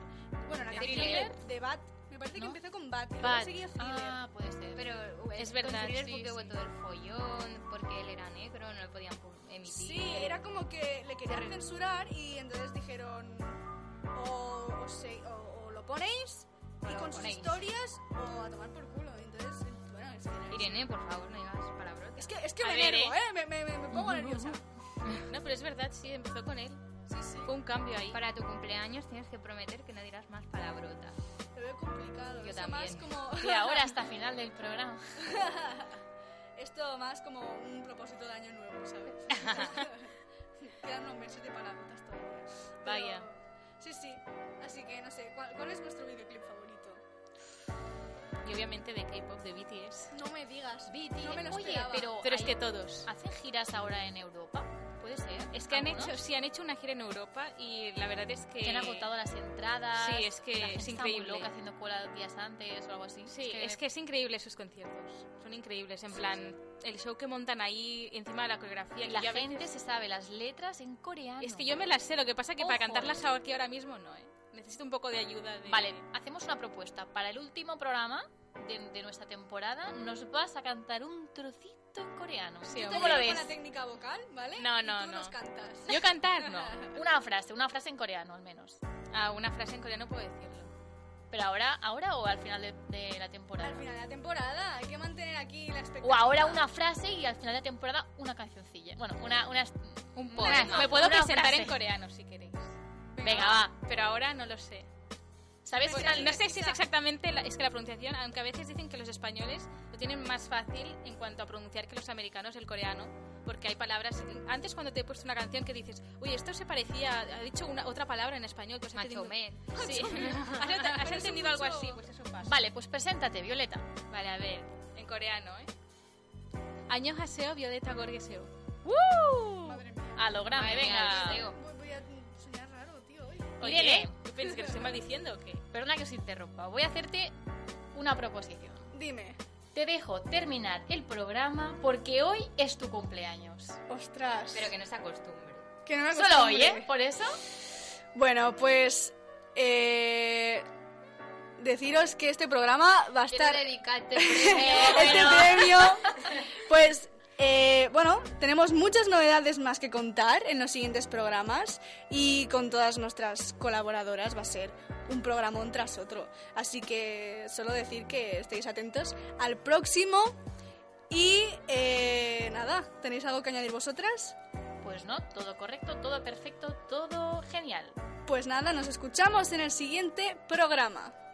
[SPEAKER 2] bueno, la
[SPEAKER 1] ¿De
[SPEAKER 2] canción de,
[SPEAKER 1] Thriller?
[SPEAKER 2] de Bat, me parece que
[SPEAKER 1] ¿No?
[SPEAKER 2] empezó con Bat, y luego
[SPEAKER 3] Bat.
[SPEAKER 2] seguía Thriller.
[SPEAKER 1] Ah, puede ser.
[SPEAKER 4] Pero uh,
[SPEAKER 3] Es verdad,
[SPEAKER 4] con Thriller
[SPEAKER 3] sí,
[SPEAKER 4] porque
[SPEAKER 3] sí.
[SPEAKER 4] hubo todo el follón, porque él era negro, no lo podían pu- emitir.
[SPEAKER 2] Sí, era como que le querían censurar y entonces dijeron o, o se- o- o lo ponéis
[SPEAKER 4] O
[SPEAKER 2] y
[SPEAKER 4] lo
[SPEAKER 2] con sus
[SPEAKER 4] ponéis.
[SPEAKER 2] historias o a tomar por culo. Entonces, bueno, es que...
[SPEAKER 4] Irene, por favor, no digas palabrotas.
[SPEAKER 2] Es que, es que
[SPEAKER 3] A
[SPEAKER 2] me
[SPEAKER 3] ver,
[SPEAKER 2] enervo,
[SPEAKER 3] ¿eh?
[SPEAKER 2] ¿eh? Me, me- me- me pongo nerviosa.
[SPEAKER 3] No, pero es verdad, sí, empezó con él,
[SPEAKER 2] Sí, sí,
[SPEAKER 3] fue un cambio ahí.
[SPEAKER 4] Para tu cumpleaños tienes que prometer que no dirás más palabrotas.
[SPEAKER 2] lo veo complicado.
[SPEAKER 4] Yo
[SPEAKER 2] esto más
[SPEAKER 4] también.
[SPEAKER 2] como...
[SPEAKER 1] Y ahora hasta final del programa.
[SPEAKER 2] Esto más como un propósito de año nuevo, ¿sabes? Quedan unos meses de palabrotas todavía. Pero-
[SPEAKER 3] Vaya.
[SPEAKER 2] Sí, sí. Así que, no sé, ¿cuál, cuál es vuestro videoclip favorito?
[SPEAKER 3] Y obviamente de K-pop, de BTS.
[SPEAKER 2] No me digas.
[SPEAKER 1] BTS.
[SPEAKER 2] No me lo
[SPEAKER 1] Oye,
[SPEAKER 2] esperaba.
[SPEAKER 1] pero-
[SPEAKER 3] Pero es
[SPEAKER 1] hay-
[SPEAKER 3] que todos.
[SPEAKER 1] ¿Hacen giras ahora en Europa? Puede ser.
[SPEAKER 3] Es que han
[SPEAKER 1] ¿Algunos?
[SPEAKER 3] hecho, sí, han hecho una gira en Europa y la verdad es que.
[SPEAKER 1] Que han agotado las entradas.
[SPEAKER 3] Sí, es que
[SPEAKER 1] la gente
[SPEAKER 3] es
[SPEAKER 1] está muy
[SPEAKER 3] increíble.
[SPEAKER 1] loca haciendo cola días antes o algo así.
[SPEAKER 3] Sí, es que... es increíble esos conciertos. Son increíbles. En plan, el show que montan ahí encima de la coreografía.
[SPEAKER 1] Y
[SPEAKER 3] que
[SPEAKER 1] la
[SPEAKER 3] yo a
[SPEAKER 1] gente
[SPEAKER 3] veces-
[SPEAKER 1] se sabe las letras en coreano.
[SPEAKER 3] Es que yo me las sé, lo que pasa que para
[SPEAKER 1] Ojo.
[SPEAKER 3] cantarlas ahora- aquí ahora mismo no, ¿eh? Necesito un poco de ayuda. De...
[SPEAKER 1] Vale, hacemos una propuesta. Para el último programa de, de nuestra temporada, nos vas a cantar un trocito en coreano.
[SPEAKER 3] Sí,
[SPEAKER 2] Yo te
[SPEAKER 1] ¿Cómo lo
[SPEAKER 2] ayudo con
[SPEAKER 1] ves?
[SPEAKER 2] la técnica vocal, ¿vale?
[SPEAKER 3] No,
[SPEAKER 2] Y
[SPEAKER 3] no,
[SPEAKER 2] tú
[SPEAKER 3] no.
[SPEAKER 2] nos cantas.
[SPEAKER 3] Yo cantar, no.
[SPEAKER 1] Una frase, una frase en coreano al menos.
[SPEAKER 3] Ah, una frase en coreano puedo decirlo.
[SPEAKER 1] Pero ahora, ahora o al final de, de la temporada.
[SPEAKER 2] Al final de la temporada hay que mantener aquí la
[SPEAKER 1] O
[SPEAKER 2] expectativa.
[SPEAKER 1] ahora una frase y al final de la temporada una cancioncilla. Bueno, una... una
[SPEAKER 4] Un
[SPEAKER 1] poema.
[SPEAKER 3] Una- Me puedo
[SPEAKER 1] Una
[SPEAKER 3] presentar
[SPEAKER 1] frase.
[SPEAKER 3] en coreano si queréis.
[SPEAKER 1] Venga, va.
[SPEAKER 3] Pero ahora no lo sé.
[SPEAKER 1] ¿Sabes?
[SPEAKER 3] Pues, mm.
[SPEAKER 1] Al
[SPEAKER 3] no
[SPEAKER 1] final-
[SPEAKER 3] sé si es exactamente la, es que la pronunciación, aunque a veces dicen que los españoles lo tienen más fácil en cuanto a pronunciar que los americanos el coreano, porque hay palabras. Antes cuando te he puesto una canción que dices, uy, esto se parecía, ha dicho una otra palabra en español, pues
[SPEAKER 4] Macho men.
[SPEAKER 3] Sí. ¿Has, ent- has entendido algo
[SPEAKER 2] mucho-
[SPEAKER 3] así? Pues es un paso.
[SPEAKER 1] Vale, pues preséntate, Violeta.
[SPEAKER 3] Vale, a ver, en coreano, ¿eh? Añojaseo, Violeta Gorgeseo.
[SPEAKER 2] Madre mía.
[SPEAKER 1] A lo grande,
[SPEAKER 4] Madre mía,
[SPEAKER 1] venga.
[SPEAKER 4] Dios mío.
[SPEAKER 2] Voy, voy a soñar raro, tío, hoy.
[SPEAKER 1] Irene.
[SPEAKER 3] ¿tú piensas que te estoy maldiciendo o qué?
[SPEAKER 1] Perdona que os interrumpa. Voy a hacerte una proposición.
[SPEAKER 2] Dime.
[SPEAKER 1] Te dejo terminar el programa porque hoy es tu cumpleaños.
[SPEAKER 2] Ostras.
[SPEAKER 4] Pero que no se acostumbre.
[SPEAKER 2] que no me
[SPEAKER 1] Solo hoy, ¿eh?
[SPEAKER 2] acostumbre.
[SPEAKER 1] Por eso.
[SPEAKER 2] Bueno, pues eh, deciros que este programa va a estar
[SPEAKER 4] Quiero dedicarte
[SPEAKER 2] este premio, pues eh, bueno, tenemos muchas novedades más que contar en los siguientes programas y con todas nuestras colaboradoras va a ser un programón tras otro. Así que solo decir que estéis atentos al próximo y Eh, nada, ¿tenéis algo que añadir vosotras?
[SPEAKER 1] Pues no, todo correcto, todo perfecto, todo genial.
[SPEAKER 2] Pues nada, nos escuchamos en el siguiente programa.